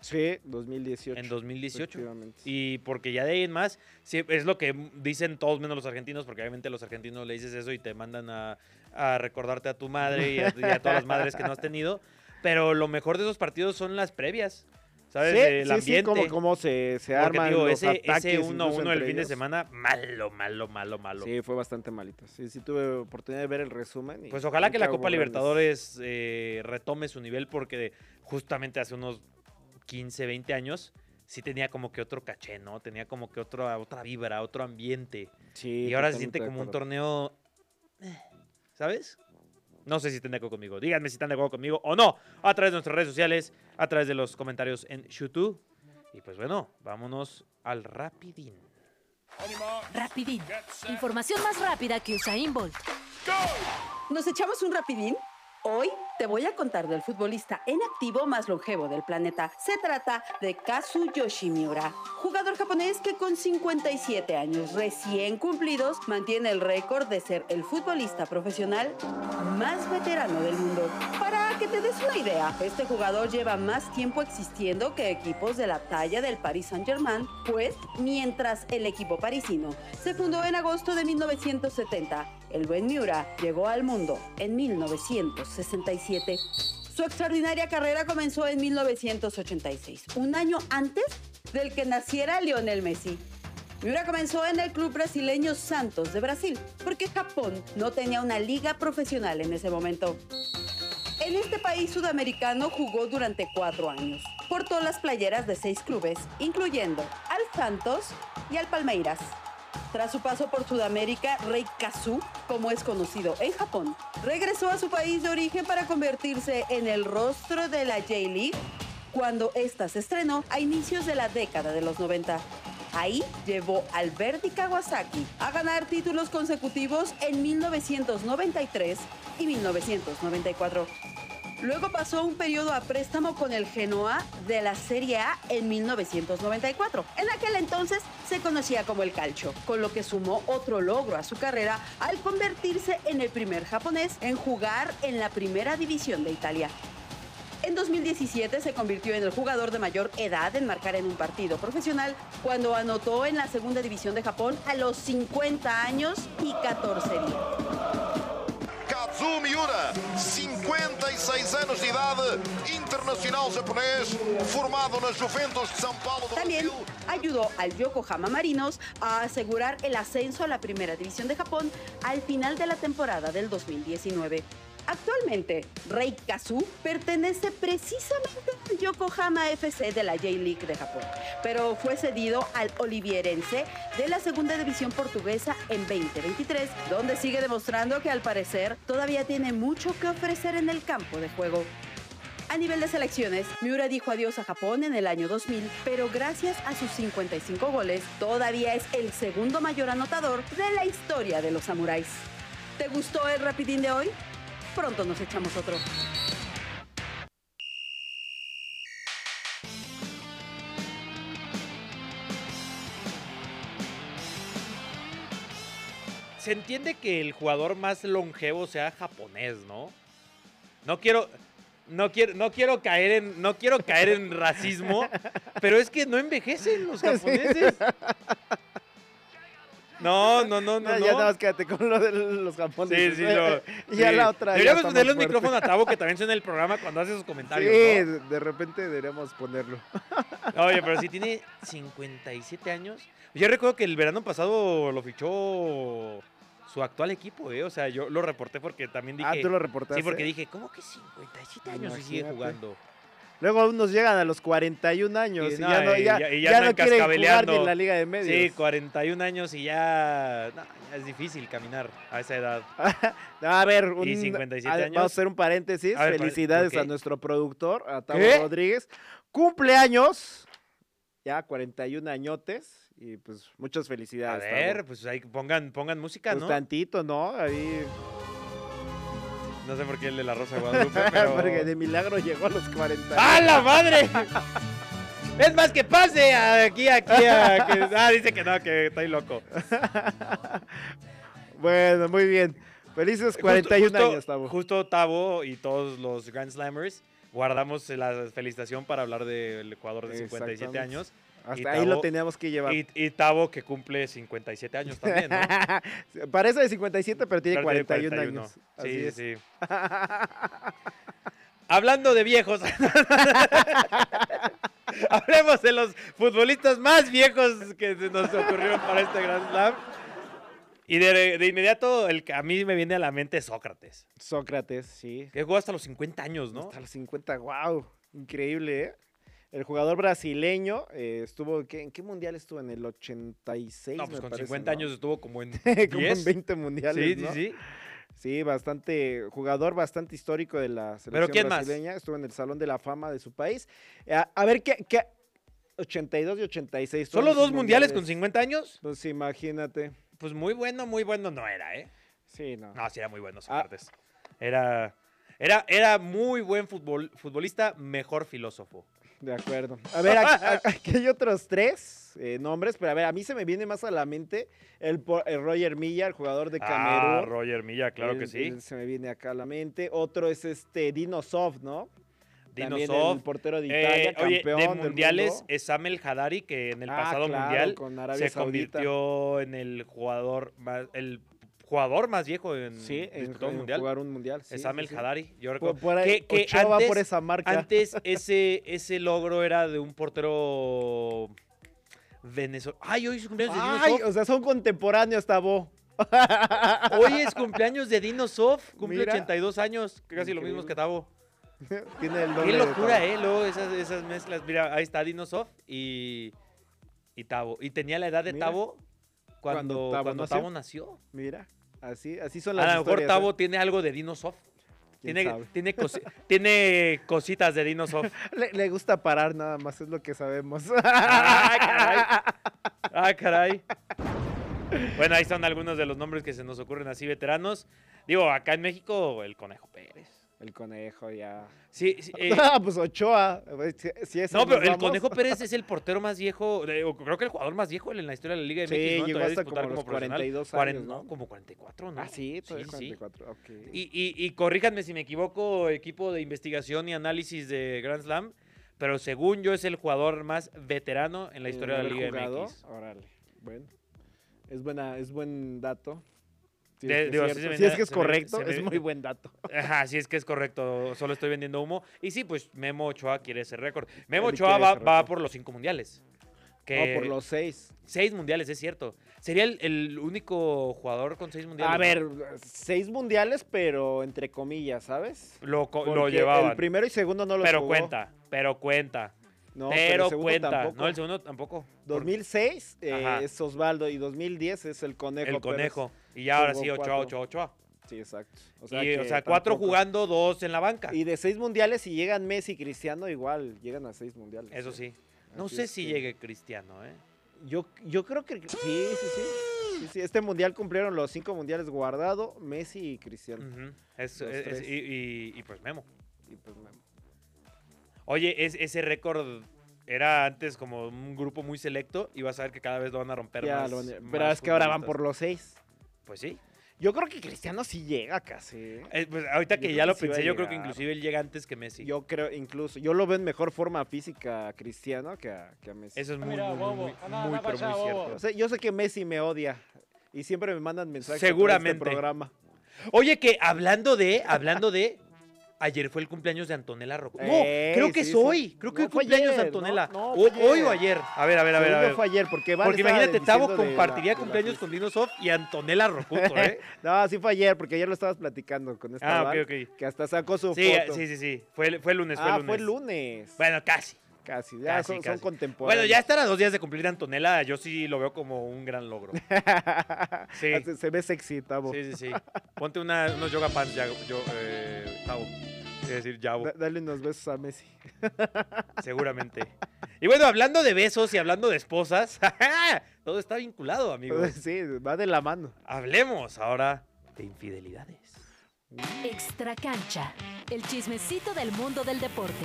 Speaker 3: Sí, 2018.
Speaker 2: en 2018.
Speaker 3: efectivamente.
Speaker 2: Y porque ya de ahí en más, sí, es lo que dicen todos menos los argentinos, porque obviamente a los argentinos le dices eso y te mandan a, a recordarte a tu madre y a, y a todas las madres que no has tenido. Pero lo mejor de esos partidos son las previas, ¿sabes? El ambiente.
Speaker 3: como, como se, se
Speaker 2: Porque,
Speaker 3: arman
Speaker 2: digo,
Speaker 3: los
Speaker 2: ese,
Speaker 3: ataques
Speaker 2: ese
Speaker 3: incluso
Speaker 2: 1-1 el
Speaker 3: entre
Speaker 2: fin de
Speaker 3: ellos.
Speaker 2: semana, malo, malo, malo, malo.
Speaker 3: Sí, fue bastante malito. Sí, sí tuve oportunidad de ver el resumen. y
Speaker 2: Pues ojalá que la
Speaker 3: nunca
Speaker 2: Copa
Speaker 3: hubo grandes.
Speaker 2: Libertadores eh, retome su nivel porque justamente hace unos 15, 20 años sí tenía como que otro caché, ¿no? Tenía como que otra, otra vibra, otro ambiente.
Speaker 3: Sí,
Speaker 2: Y ahora se siente
Speaker 3: totalmente de
Speaker 2: como un
Speaker 3: acuerdo.
Speaker 2: torneo, eh, ¿sabes? No sé si están de acuerdo conmigo. Díganme si están de acuerdo conmigo o no. A través de nuestras redes sociales, a través de los comentarios en YouTube. Y pues bueno, vámonos al rapidín.
Speaker 4: Rapidín. Información más rápida que Usain Bolt.
Speaker 8: ¿Nos echamos un rapidín? Hoy te voy a contar del futbolista en activo más longevo del planeta. Se trata de Kazu Yoshimura, jugador japonés que con 57 años recién cumplidos mantiene el récord de ser el futbolista profesional más veterano del mundo. Para que te des una idea, este jugador lleva más tiempo existiendo que equipos de la talla del Paris Saint-Germain, pues mientras el equipo parisino se fundó en agosto de 1970, el buen Miura llegó al mundo en 1967. Su extraordinaria carrera comenzó en 1986, un año antes del que naciera Lionel Messi. Miura comenzó en el club brasileño Santos de Brasil, porque Japón no tenía una liga profesional en ese momento. En este país sudamericano jugó durante cuatro años. Portó las playeras de seis clubes, incluyendo al Santos y al Palmeiras. Tras su paso por Sudamérica, Rey Kazu, como es conocido en Japón, regresó a su país de origen para convertirse en el rostro de la J-League cuando esta se estrenó a inicios de la década de los 90. Ahí llevó al Verdy Kawasaki a ganar títulos consecutivos en 1993 y 1994. Luego pasó un periodo a préstamo con el Genoa de la Serie A en 1994. En aquel entonces se conocía como el calcio, con lo que sumó otro logro a su carrera al convertirse en el primer japonés en jugar en la primera división de Italia. En 2017 se convirtió en el jugador de mayor edad en marcar en un partido profesional cuando anotó en la segunda división de Japón a los 50 años y 14 días.
Speaker 9: Kazu Miura, 56 anos de idade, internacional japonês, formado na Juventus de São Paulo do
Speaker 8: También
Speaker 9: Brasil.
Speaker 8: ayudó al Yokohama Marinos a asegurar el ascenso a la Primera División de Japón al final de la temporada del 2019. Actualmente, Rei Kazu pertenece precisamente al Yokohama FC de la J-League de Japón, pero fue cedido al Olivierense de la Segunda División Portuguesa en 2023, donde sigue demostrando que al parecer todavía tiene mucho que ofrecer en el campo de juego. A nivel de selecciones, Miura dijo adiós a Japón en el año 2000, pero gracias a sus 55 goles, todavía es el segundo mayor anotador de la historia de los samuráis. ¿Te gustó el rapidín de hoy? Pronto nos echamos otro.
Speaker 2: Se entiende que el jugador más longevo sea japonés, ¿no? No quiero, no quiero, no quiero caer en, no quiero caer en racismo, pero es que no envejecen los japoneses. No, no, no, no.
Speaker 3: No,
Speaker 2: no.
Speaker 3: Ya nada más quédate con lo de los japoneses.
Speaker 2: Sí, sí, no.
Speaker 3: Y ya
Speaker 2: Sí.
Speaker 3: la otra. ya
Speaker 2: Deberíamos
Speaker 3: estamos
Speaker 2: ponerle un
Speaker 3: fuertes.
Speaker 2: micrófono a Tavo que también suena el programa cuando hace sus
Speaker 3: Sí,
Speaker 2: comentarios. ¿no?
Speaker 3: de de repente deberíamos ponerlo.
Speaker 2: Oye, pero si tiene 57 años. Yo recuerdo que el verano pasado lo fichó su actual equipo, ¿eh? O sea, yo lo reporté porque también dije.
Speaker 3: ah, tú lo reportaste.
Speaker 2: sí, porque dije, ¿cómo que 57 años y sigue
Speaker 3: Imagínate.
Speaker 2: jugando?
Speaker 3: Luego nos llegan a los 41 años
Speaker 2: Y
Speaker 3: y,
Speaker 2: no,
Speaker 3: ya no,
Speaker 2: y
Speaker 3: ya,
Speaker 2: ya- y ya
Speaker 3: ya
Speaker 2: andan
Speaker 3: no quieren jugar ni
Speaker 2: cascabeleando.
Speaker 3: en la Liga de Medios.
Speaker 2: Sí, 41 años y ya. no, ya es difícil caminar a esa edad.
Speaker 3: A ver, un,
Speaker 2: 57
Speaker 3: a-
Speaker 2: años.
Speaker 3: vamos a hacer un paréntesis.
Speaker 2: A ver, pare-
Speaker 3: Felicidades a
Speaker 2: ok.
Speaker 3: nuestro productor, a Tavo
Speaker 2: ¿Qué?
Speaker 3: Rodríguez. Cumpleaños. Ya 41 añotes. Y pues muchas
Speaker 2: A
Speaker 3: felicidades.
Speaker 2: ver, pues ahí pongan, pongan música,
Speaker 3: Tavo.
Speaker 2: ¿no?
Speaker 3: Pues tantito, ¿no? Ahí.
Speaker 2: No sé por qué el de la Rosa de Guadalupe,
Speaker 3: Porque
Speaker 2: pero.
Speaker 3: de milagro llegó a los 40.
Speaker 2: ¡Ah, la madre! Es más que pase aquí, aquí, a- que- Ah, dice que no, que estoy loco.
Speaker 3: Bueno, muy bien. Felices
Speaker 2: Justo-
Speaker 3: 41
Speaker 2: justo-
Speaker 3: años, Tavo.
Speaker 2: Justo Tavo y todos los Grand Slammers guardamos la felicitación para hablar del Ecuador de 57
Speaker 3: Exactamente.
Speaker 2: años.
Speaker 3: Hasta
Speaker 2: y
Speaker 3: ahí lo
Speaker 2: Tavo-
Speaker 3: teníamos que llevar.
Speaker 2: Y, y Tavo que cumple 57 años también, ¿no?
Speaker 3: Parece de 57, pero tiene
Speaker 2: Pero tiene
Speaker 3: 41,
Speaker 2: 41.
Speaker 3: años.
Speaker 2: Sí,
Speaker 3: Así
Speaker 2: sí,
Speaker 3: es.
Speaker 2: sí. Hablando de viejos. Hablemos de los futbolistas más viejos que se nos ocurrieron para este Grand Slam. Y de, de inmediato, el que a mí me viene a la mente es Sócrates.
Speaker 3: Sócrates, sí.
Speaker 2: Que jugó hasta los 50 años, ¿no?
Speaker 3: Hasta los 50, wow. Increíble, ¿eh? El jugador brasileño eh, estuvo, ¿qué- ¿en qué mundial estuvo? En el 86,
Speaker 2: No, pues
Speaker 3: me
Speaker 2: con
Speaker 3: parece,
Speaker 2: 50
Speaker 3: ¿no?
Speaker 2: años estuvo como en
Speaker 3: Como en
Speaker 2: 10.
Speaker 3: 20
Speaker 2: sí,
Speaker 3: mundiales,
Speaker 2: sí,
Speaker 3: ¿no?
Speaker 2: sí.
Speaker 3: Sí, bastante, jugador bastante histórico de la selección
Speaker 2: quién más?
Speaker 3: brasileña. Estuvo en el Salón de la Fama de su país. Eh, a, a ver, ¿qué, qué? 82 y 86. fueron
Speaker 2: Solo
Speaker 3: sus
Speaker 2: dos mundiales con 50 años.
Speaker 3: Pues imagínate.
Speaker 2: Pues muy bueno, muy bueno no era, ¿eh?
Speaker 3: Sí, no.
Speaker 2: No, sí era muy bueno
Speaker 3: Ah.
Speaker 2: Sócrates. Era, era, era muy buen futbol- futbolista, mejor filósofo.
Speaker 3: De acuerdo. A ver, aquí, a- aquí hay otros tres eh, nombres, pero a ver, a mí se me viene más a la mente el, po- el Roger Milla, el jugador de
Speaker 2: Ah,
Speaker 3: Camerún.
Speaker 2: Roger Milla, claro que
Speaker 3: Él-
Speaker 2: sí.
Speaker 3: él se me viene acá a la mente. Otro es este Dino Soft, ¿no? También
Speaker 2: Dinosov.
Speaker 3: el portero de
Speaker 2: Eh,
Speaker 3: Italia,
Speaker 2: oye,
Speaker 3: campeón
Speaker 2: de
Speaker 3: del
Speaker 2: mundiales,
Speaker 3: mundo.
Speaker 2: es Samel Hadari, que en el
Speaker 3: Ah,
Speaker 2: pasado
Speaker 3: claro,
Speaker 2: mundial
Speaker 3: con Arabia
Speaker 2: se
Speaker 3: Saudita.
Speaker 2: convirtió en el jugador más, el jugador más viejo en
Speaker 3: Sí, en,
Speaker 2: disputado
Speaker 3: en
Speaker 2: mundial.
Speaker 3: jugar un mundial. sí,
Speaker 2: es
Speaker 3: sí,
Speaker 2: Samel
Speaker 3: sí.
Speaker 2: Hadari, yo recuerdo.
Speaker 3: Por, por ahí,
Speaker 2: que, que
Speaker 3: Ochoa
Speaker 2: antes,
Speaker 3: por esa marca.
Speaker 2: antes ese, ese logro era de un portero venezolano. Ay, hoy es cumpleaños de
Speaker 3: Ay,
Speaker 2: Dinosov.
Speaker 3: o sea, son contemporáneos, Tabo.
Speaker 2: Hoy es cumpleaños de Dinosov. Cumple
Speaker 3: Mira.
Speaker 2: 82 años, que casi lo mismo
Speaker 3: Increíble.
Speaker 2: que Tavo.
Speaker 3: Tiene el
Speaker 2: Qué
Speaker 3: doble de
Speaker 2: locura,
Speaker 3: Tabo.
Speaker 2: ¿eh? Luego esas, esas mezclas. Mira, ahí está Dinosoft y, y Tavo. Y tenía la edad de
Speaker 3: Mira.
Speaker 2: Tabo cuando,
Speaker 3: Cuando
Speaker 2: cuando
Speaker 3: Tavo
Speaker 2: Tavo,
Speaker 3: nació.
Speaker 2: nació.
Speaker 3: Mira, así, así son las
Speaker 2: A lo mejor
Speaker 3: historias, ¿eh?
Speaker 2: Tavo tiene algo de Dinosoft.
Speaker 3: ¿Quién
Speaker 2: Tiene,
Speaker 3: sabe?
Speaker 2: tiene, cosi- tiene cositas de Dinosoft.
Speaker 3: Le, le gusta parar nada más, es lo que sabemos.
Speaker 2: ah, caray. Ah, caray. Bueno, ahí están algunos de los nombres que se nos ocurren así veteranos. Digo, acá en México, el Conejo Pérez.
Speaker 3: El conejo ya.
Speaker 2: Sí, sí, eh,
Speaker 3: ah, pues Ochoa. pues, Si, si es
Speaker 2: No, pero el Conejo Pérez es el portero más viejo, de- o creo que el jugador más viejo en la historia de la Liga MX,
Speaker 3: Sí,
Speaker 2: ¿no? En
Speaker 3: llegó
Speaker 2: todavía
Speaker 3: hasta
Speaker 2: disputar
Speaker 3: como los
Speaker 2: profesional.
Speaker 3: 42
Speaker 2: Cuaren-
Speaker 3: años, ¿no?
Speaker 2: como 44, ¿no?
Speaker 3: Ah, sí, pues
Speaker 2: Sí, sí.
Speaker 3: 44. ok.
Speaker 2: Y, y- y corríjanme si me equivoco, equipo de investigación y análisis de Grand Slam, pero según yo es el jugador más veterano en la historia de la
Speaker 3: ¿Haber
Speaker 2: Liga
Speaker 3: jugado?
Speaker 2: MX.
Speaker 3: Órale. Bueno. Es, buena, es buen dato. Si
Speaker 2: De-
Speaker 3: es, que
Speaker 2: digo,
Speaker 3: es
Speaker 2: sí se
Speaker 3: cierto.
Speaker 2: me
Speaker 3: Si es
Speaker 2: da-
Speaker 3: que es
Speaker 2: se me-
Speaker 3: correcto,
Speaker 2: se me-
Speaker 3: es muy buen dato.
Speaker 2: Ajá, sí es que es correcto, solo estoy vendiendo humo. Y sí, pues Memo Ochoa quiere ese récord. Memo
Speaker 3: Él
Speaker 2: Ochoa
Speaker 3: quiere
Speaker 2: va,
Speaker 3: ese
Speaker 2: va
Speaker 3: récord.
Speaker 2: por los cinco mundiales. Que
Speaker 3: No, por los seis.
Speaker 2: Seis mundiales, es cierto. Sería el, el único jugador con seis mundiales.
Speaker 3: A
Speaker 2: ¿no?
Speaker 3: ver, seis mundiales, pero entre comillas, ¿sabes?
Speaker 2: Lo, co- lo
Speaker 3: Porque
Speaker 2: llevaban.
Speaker 3: El primero y segundo no los
Speaker 2: pero
Speaker 3: jugó.
Speaker 2: cuenta, pero cuenta.
Speaker 3: No,
Speaker 2: pero
Speaker 3: el segundo
Speaker 2: cuenta.
Speaker 3: tampoco.
Speaker 2: No, el segundo tampoco. Por-
Speaker 3: 2006 eh,
Speaker 2: Ajá.
Speaker 3: es Osvaldo y 2010 es el Conejo.
Speaker 2: el
Speaker 3: Pérez.
Speaker 2: conejo. Y ya ahora
Speaker 3: jugó
Speaker 2: sí, Ochoa,
Speaker 3: cuatro.
Speaker 2: Ochoa, Ochoa.
Speaker 3: Sí, exacto. O
Speaker 2: y, o
Speaker 3: que
Speaker 2: sea, cuatro
Speaker 3: tampoco.
Speaker 2: jugando, dos en la banca.
Speaker 3: Y de seis mundiales, si llegan Messi y Cristiano, igual llegan a seis mundiales.
Speaker 2: Eso sí. No
Speaker 3: Así
Speaker 2: sé
Speaker 3: es
Speaker 2: si
Speaker 3: que-
Speaker 2: llegue Cristiano, ¿eh?
Speaker 3: Yo, yo creo que sí, sí, sí, sí, sí. Este mundial cumplieron los cinco mundiales guardado, Messi y Cristiano.
Speaker 2: Ujú. Es-
Speaker 3: Los
Speaker 2: es-
Speaker 3: tres.
Speaker 2: y, y- y pues Memo.
Speaker 3: Y pues, bueno,
Speaker 2: Oye, es- ese récord era antes como un grupo muy selecto y vas a ver que cada vez lo van a romper
Speaker 3: ya
Speaker 2: más.
Speaker 3: lo van a-
Speaker 2: más
Speaker 3: pero es que ahora van
Speaker 2: futbolistas.
Speaker 3: por los seis.
Speaker 2: Pues sí.
Speaker 3: Yo creo que Cristiano sí llega casi. ¿eh?
Speaker 2: Eh, pues ahorita
Speaker 3: Yo
Speaker 2: que
Speaker 3: creo
Speaker 2: ya
Speaker 3: que
Speaker 2: lo
Speaker 3: sí va a
Speaker 2: pensé, yo creo que
Speaker 3: llegar.
Speaker 2: inclusive él llega antes que Messi.
Speaker 3: Yo creo, incluso, yo lo veo en mejor forma física a Cristiano que a, que a Messi.
Speaker 2: Eso es muy, muy, muy, muy, muy, pero muy
Speaker 3: O
Speaker 2: cierto.
Speaker 3: sea, yo sé que Messi me odia y siempre me mandan mensajes por
Speaker 2: Seguramente.
Speaker 3: este programa.
Speaker 2: Oye, que hablando de, hablando de, ayer fue el cumpleaños de Antonela Rocco. No,
Speaker 3: Ey,
Speaker 2: creo que
Speaker 3: Eh, sí,
Speaker 2: es
Speaker 3: sí.
Speaker 2: hoy. Creo que
Speaker 3: No,
Speaker 2: el
Speaker 3: fue
Speaker 2: cumpleaños de
Speaker 3: ayer, ¿no?
Speaker 2: Antonella.
Speaker 3: No,
Speaker 2: O-
Speaker 3: fue
Speaker 2: hoy o
Speaker 3: ayer.
Speaker 2: ayer. A ver, a ver, a ver.
Speaker 3: Según
Speaker 2: A
Speaker 3: yo
Speaker 2: ver.
Speaker 3: fue ayer porque Val
Speaker 2: Porque
Speaker 3: estaba
Speaker 2: imagínate, Tavo
Speaker 3: diciendo de la-
Speaker 2: compartiría
Speaker 3: de la
Speaker 2: cumpleaños
Speaker 3: fiesta.
Speaker 2: con Dinosov y Antonella Rocuto, ¿eh?
Speaker 3: No, sí fue ayer porque ayer lo estabas platicando con esta
Speaker 2: Ah, ok,
Speaker 3: Val,
Speaker 2: ok.
Speaker 3: que hasta sacó su
Speaker 2: Sí,
Speaker 3: foto.
Speaker 2: sí, sí, sí. Fue, el- fue el lunes,
Speaker 3: ah,
Speaker 2: fue
Speaker 3: fue
Speaker 2: el
Speaker 3: el
Speaker 2: lunes.
Speaker 3: lunes.
Speaker 2: Bueno, casi.
Speaker 3: Casi, ya
Speaker 2: Casi,
Speaker 3: son, son
Speaker 2: casi.
Speaker 3: contemporáneos.
Speaker 2: Bueno, ya estar a dos días de cumplir Antonella, yo sí lo veo como un gran logro. Sí.
Speaker 3: Ah, se, se ve sexy, Tavo.
Speaker 2: Sí, sí, sí. Ponte una- unos yoga pants, ya, yo, eh, Tavo. Quiero decir, Yavo.
Speaker 3: Da- dale unos besos a Messi.
Speaker 2: Seguramente. Y bueno, hablando de besos y hablando de esposas, todo está vinculado, amigos.
Speaker 3: sí, va de la mano.
Speaker 2: Hablemos ahora de infidelidades.
Speaker 4: Extra cancha. El chismecito del mundo del deporte.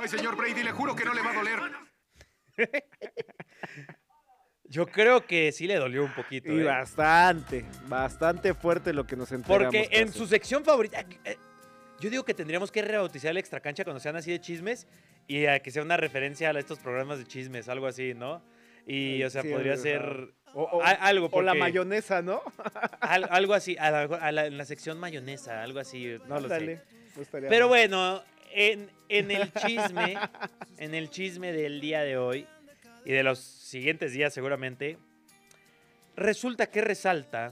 Speaker 5: Ay, señor Brady, le juro que no le va a doler.
Speaker 2: Yo creo que sí le dolió un poquito.
Speaker 3: Y
Speaker 2: ¿eh?
Speaker 3: bastante, bastante fuerte lo que nos enteramos.
Speaker 2: Porque en
Speaker 3: Caso.
Speaker 2: su sección favorita. eh, Yo digo que tendríamos que rebautizar la extracancha cuando sean así de chismes y a que sea una referencia a estos programas de chismes, algo así, ¿no? Y, o sea,
Speaker 3: Sí,
Speaker 2: podría
Speaker 3: ajá.
Speaker 2: ser
Speaker 3: O- o-
Speaker 2: a- algo.
Speaker 3: O la
Speaker 2: porque-
Speaker 3: mayonesa, ¿no?
Speaker 2: al- algo así, a la, a la- en la sección mayonesa, algo así, no lo sé.
Speaker 3: Ándale, no estaría
Speaker 2: Pero
Speaker 3: mal.
Speaker 2: bueno, en, en el chisme, en el chisme del día de hoy y de los siguientes días seguramente, resulta que resalta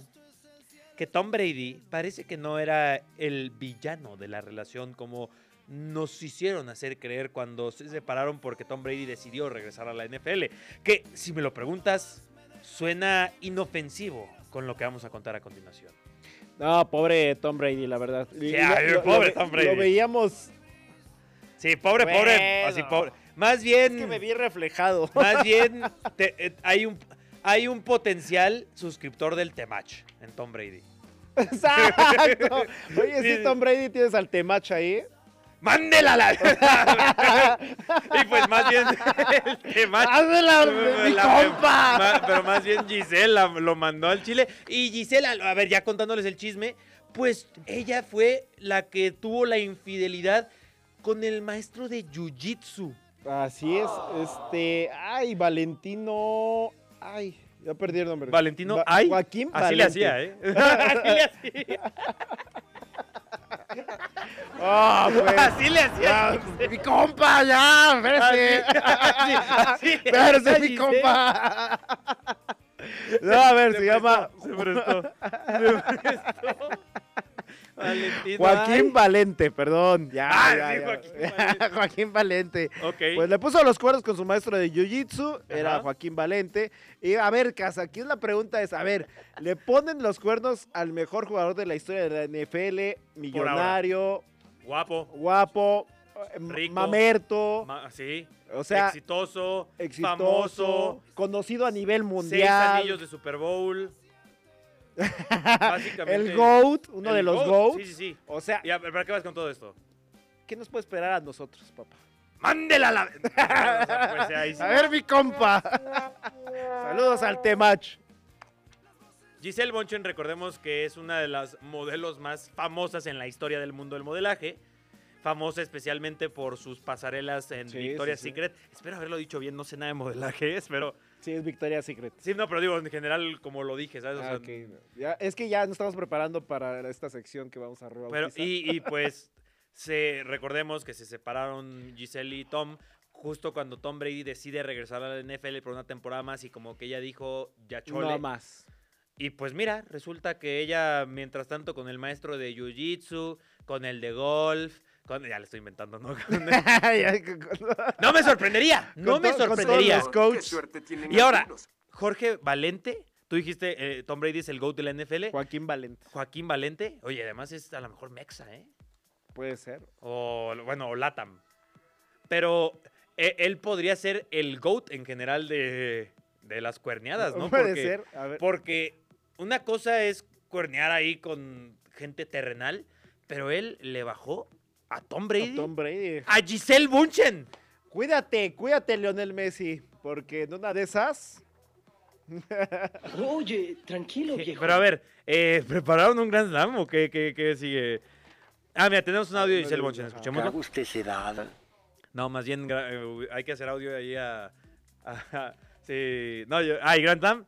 Speaker 2: que Tom Brady parece que no era el villano de la relación como nos hicieron hacer creer cuando se separaron porque Tom Brady decidió regresar a la NFL. Que si me lo preguntas, suena inofensivo con lo que vamos a contar a continuación.
Speaker 3: No, pobre Tom Brady, la verdad. Y-
Speaker 2: Ya,
Speaker 3: y
Speaker 2: el pobre
Speaker 3: ve-
Speaker 2: Tom Brady.
Speaker 3: Lo veíamos.
Speaker 2: Sí, pobre, pobre, así
Speaker 3: Bueno.
Speaker 2: pobre. Más bien...
Speaker 3: Es que me vi reflejado.
Speaker 2: Más bien, te- eh, hay, un, hay un potencial suscriptor del Temach en Tom Brady.
Speaker 3: Exacto. Oye,
Speaker 2: Sí,
Speaker 3: sí,
Speaker 2: sí.
Speaker 3: Tom Brady tienes al temacha ahí.
Speaker 2: ¡Mándela a la! y pues más bien el Temach.
Speaker 3: ¡Hazla, mi
Speaker 2: la-
Speaker 3: compa!
Speaker 2: ma- pero más bien Gisela lo mandó al Chile. Y Gisela, a ver, ya contándoles el chisme, pues ella fue la que tuvo la infidelidad con el maestro de Jiu-Jitsu.
Speaker 3: Así es. Este. Ay, Valentino. Ay, ya perdí el nombre.
Speaker 2: Valentino,
Speaker 3: Va-
Speaker 2: ay,
Speaker 3: Joaquín
Speaker 2: así le
Speaker 3: Valente.
Speaker 2: hacía, ¿eh? así le hacía.
Speaker 3: Ah, pues.
Speaker 2: ¿eh? Así le hacía.
Speaker 3: ¡Mi compa, ya! ¡Espérese!
Speaker 2: Así, así.
Speaker 3: ¡Espérese, mi
Speaker 2: Gisela.
Speaker 3: compa! No, a ver, se, llama
Speaker 2: Se prestó. Se prestó. Valentino.
Speaker 3: Joaquín Valente, perdón. Ya,
Speaker 2: Ah,
Speaker 3: ya,
Speaker 2: sí, Joaquín
Speaker 3: ya.
Speaker 2: Valente.
Speaker 3: Joaquín Valente.
Speaker 2: ay. Ok.
Speaker 3: Pues le puso los cuernos con su maestro de Jiu-Jitsu, era
Speaker 2: Ajá.
Speaker 3: Joaquín Valente. Y a ver, Casa, aquí la pregunta es, a ver, ¿le ponen los cuernos al mejor jugador de la historia de la NFL? Millonario,
Speaker 2: Guapo.
Speaker 3: guapo, eh, ma-
Speaker 2: Rico.
Speaker 3: mamerto,
Speaker 2: ma- sí.
Speaker 3: o sea,
Speaker 2: exitoso.
Speaker 3: exitoso,
Speaker 2: Famoso.
Speaker 3: conocido a nivel
Speaker 2: Seis
Speaker 3: mundial.
Speaker 2: anillos de Super Bowl. Básicamente.
Speaker 3: El GOAT, uno de
Speaker 2: el
Speaker 3: los
Speaker 2: GOAT,
Speaker 3: GOATs.
Speaker 2: Sí, sí, sí.
Speaker 3: O sea,
Speaker 2: Ya, pero ¿para qué vas con todo esto?
Speaker 3: ¿qué nos puede esperar a nosotros, papá?
Speaker 2: ¡Mándela a la. Pues, ahí sí.
Speaker 3: A ver, mi compa. Saludos al Temach.
Speaker 2: Giselle Bonchen, recordemos que es una de las modelos más famosas en la historia del mundo del modelaje. Famosa especialmente por sus pasarelas en
Speaker 3: Sí,
Speaker 2: Victoria's
Speaker 3: sí, sí.
Speaker 2: Secret. Espero haberlo dicho bien, no sé nada de modelaje, pero.
Speaker 3: Sí, es Victoria Secret.
Speaker 2: Sí, no, pero digo, en general, como lo dije, ¿sabes? O
Speaker 3: Ah,
Speaker 2: sea,
Speaker 3: ok. Ya- es que ya nos estamos preparando para esta sección que vamos a rebautizar.
Speaker 2: Pero, y, y, pues, se, recordemos que se separaron Giselle y Tom justo cuando Tom Brady decide regresar a la NFL por una temporada más y como que ella dijo, ya chole.
Speaker 3: No más.
Speaker 2: Y pues mira, resulta que ella, mientras tanto, con el maestro de Jiu-Jitsu, con el de golf, con... Ya le estoy inventando, ¿no? Con- no me sorprendería, no
Speaker 3: Con
Speaker 2: me
Speaker 3: to- con todos
Speaker 2: sorprendería.
Speaker 3: los coaches.
Speaker 2: Y ahora, Jorge Valente, tú dijiste, eh, Tom Brady es el GOAT de la NFL.
Speaker 3: Joaquín Valente.
Speaker 2: Joaquín Valente, oye, además es a lo mejor Mexa, ¿eh?
Speaker 3: Puede ser.
Speaker 2: O, bueno, o Latam. Pero eh, él podría ser el GOAT en general de, de las cuerneadas, ¿no?
Speaker 3: Puede
Speaker 2: Porque-
Speaker 3: ser. A ver.
Speaker 2: Porque una cosa es cuernear ahí con gente terrenal, pero él le bajó a Tom Brady,
Speaker 3: Tom Brady.
Speaker 2: a Giselle Bunchen.
Speaker 3: Cuídate, cuídate, Leonel Messi. Porque en una de esas.
Speaker 10: Oye, tranquilo, viejo.
Speaker 2: Pero a ver, eh, ¿prepararon un Grand Slam o qué, qué- qué sigue? Ah, mira, tenemos un audio de Giselle Bunchen,
Speaker 10: Caga
Speaker 2: escuchémoslo.
Speaker 10: usted se da.
Speaker 2: No, más bien gra- eh, hay que hacer audio ahí a... a- sí, no, yo- ay, Grand Slam.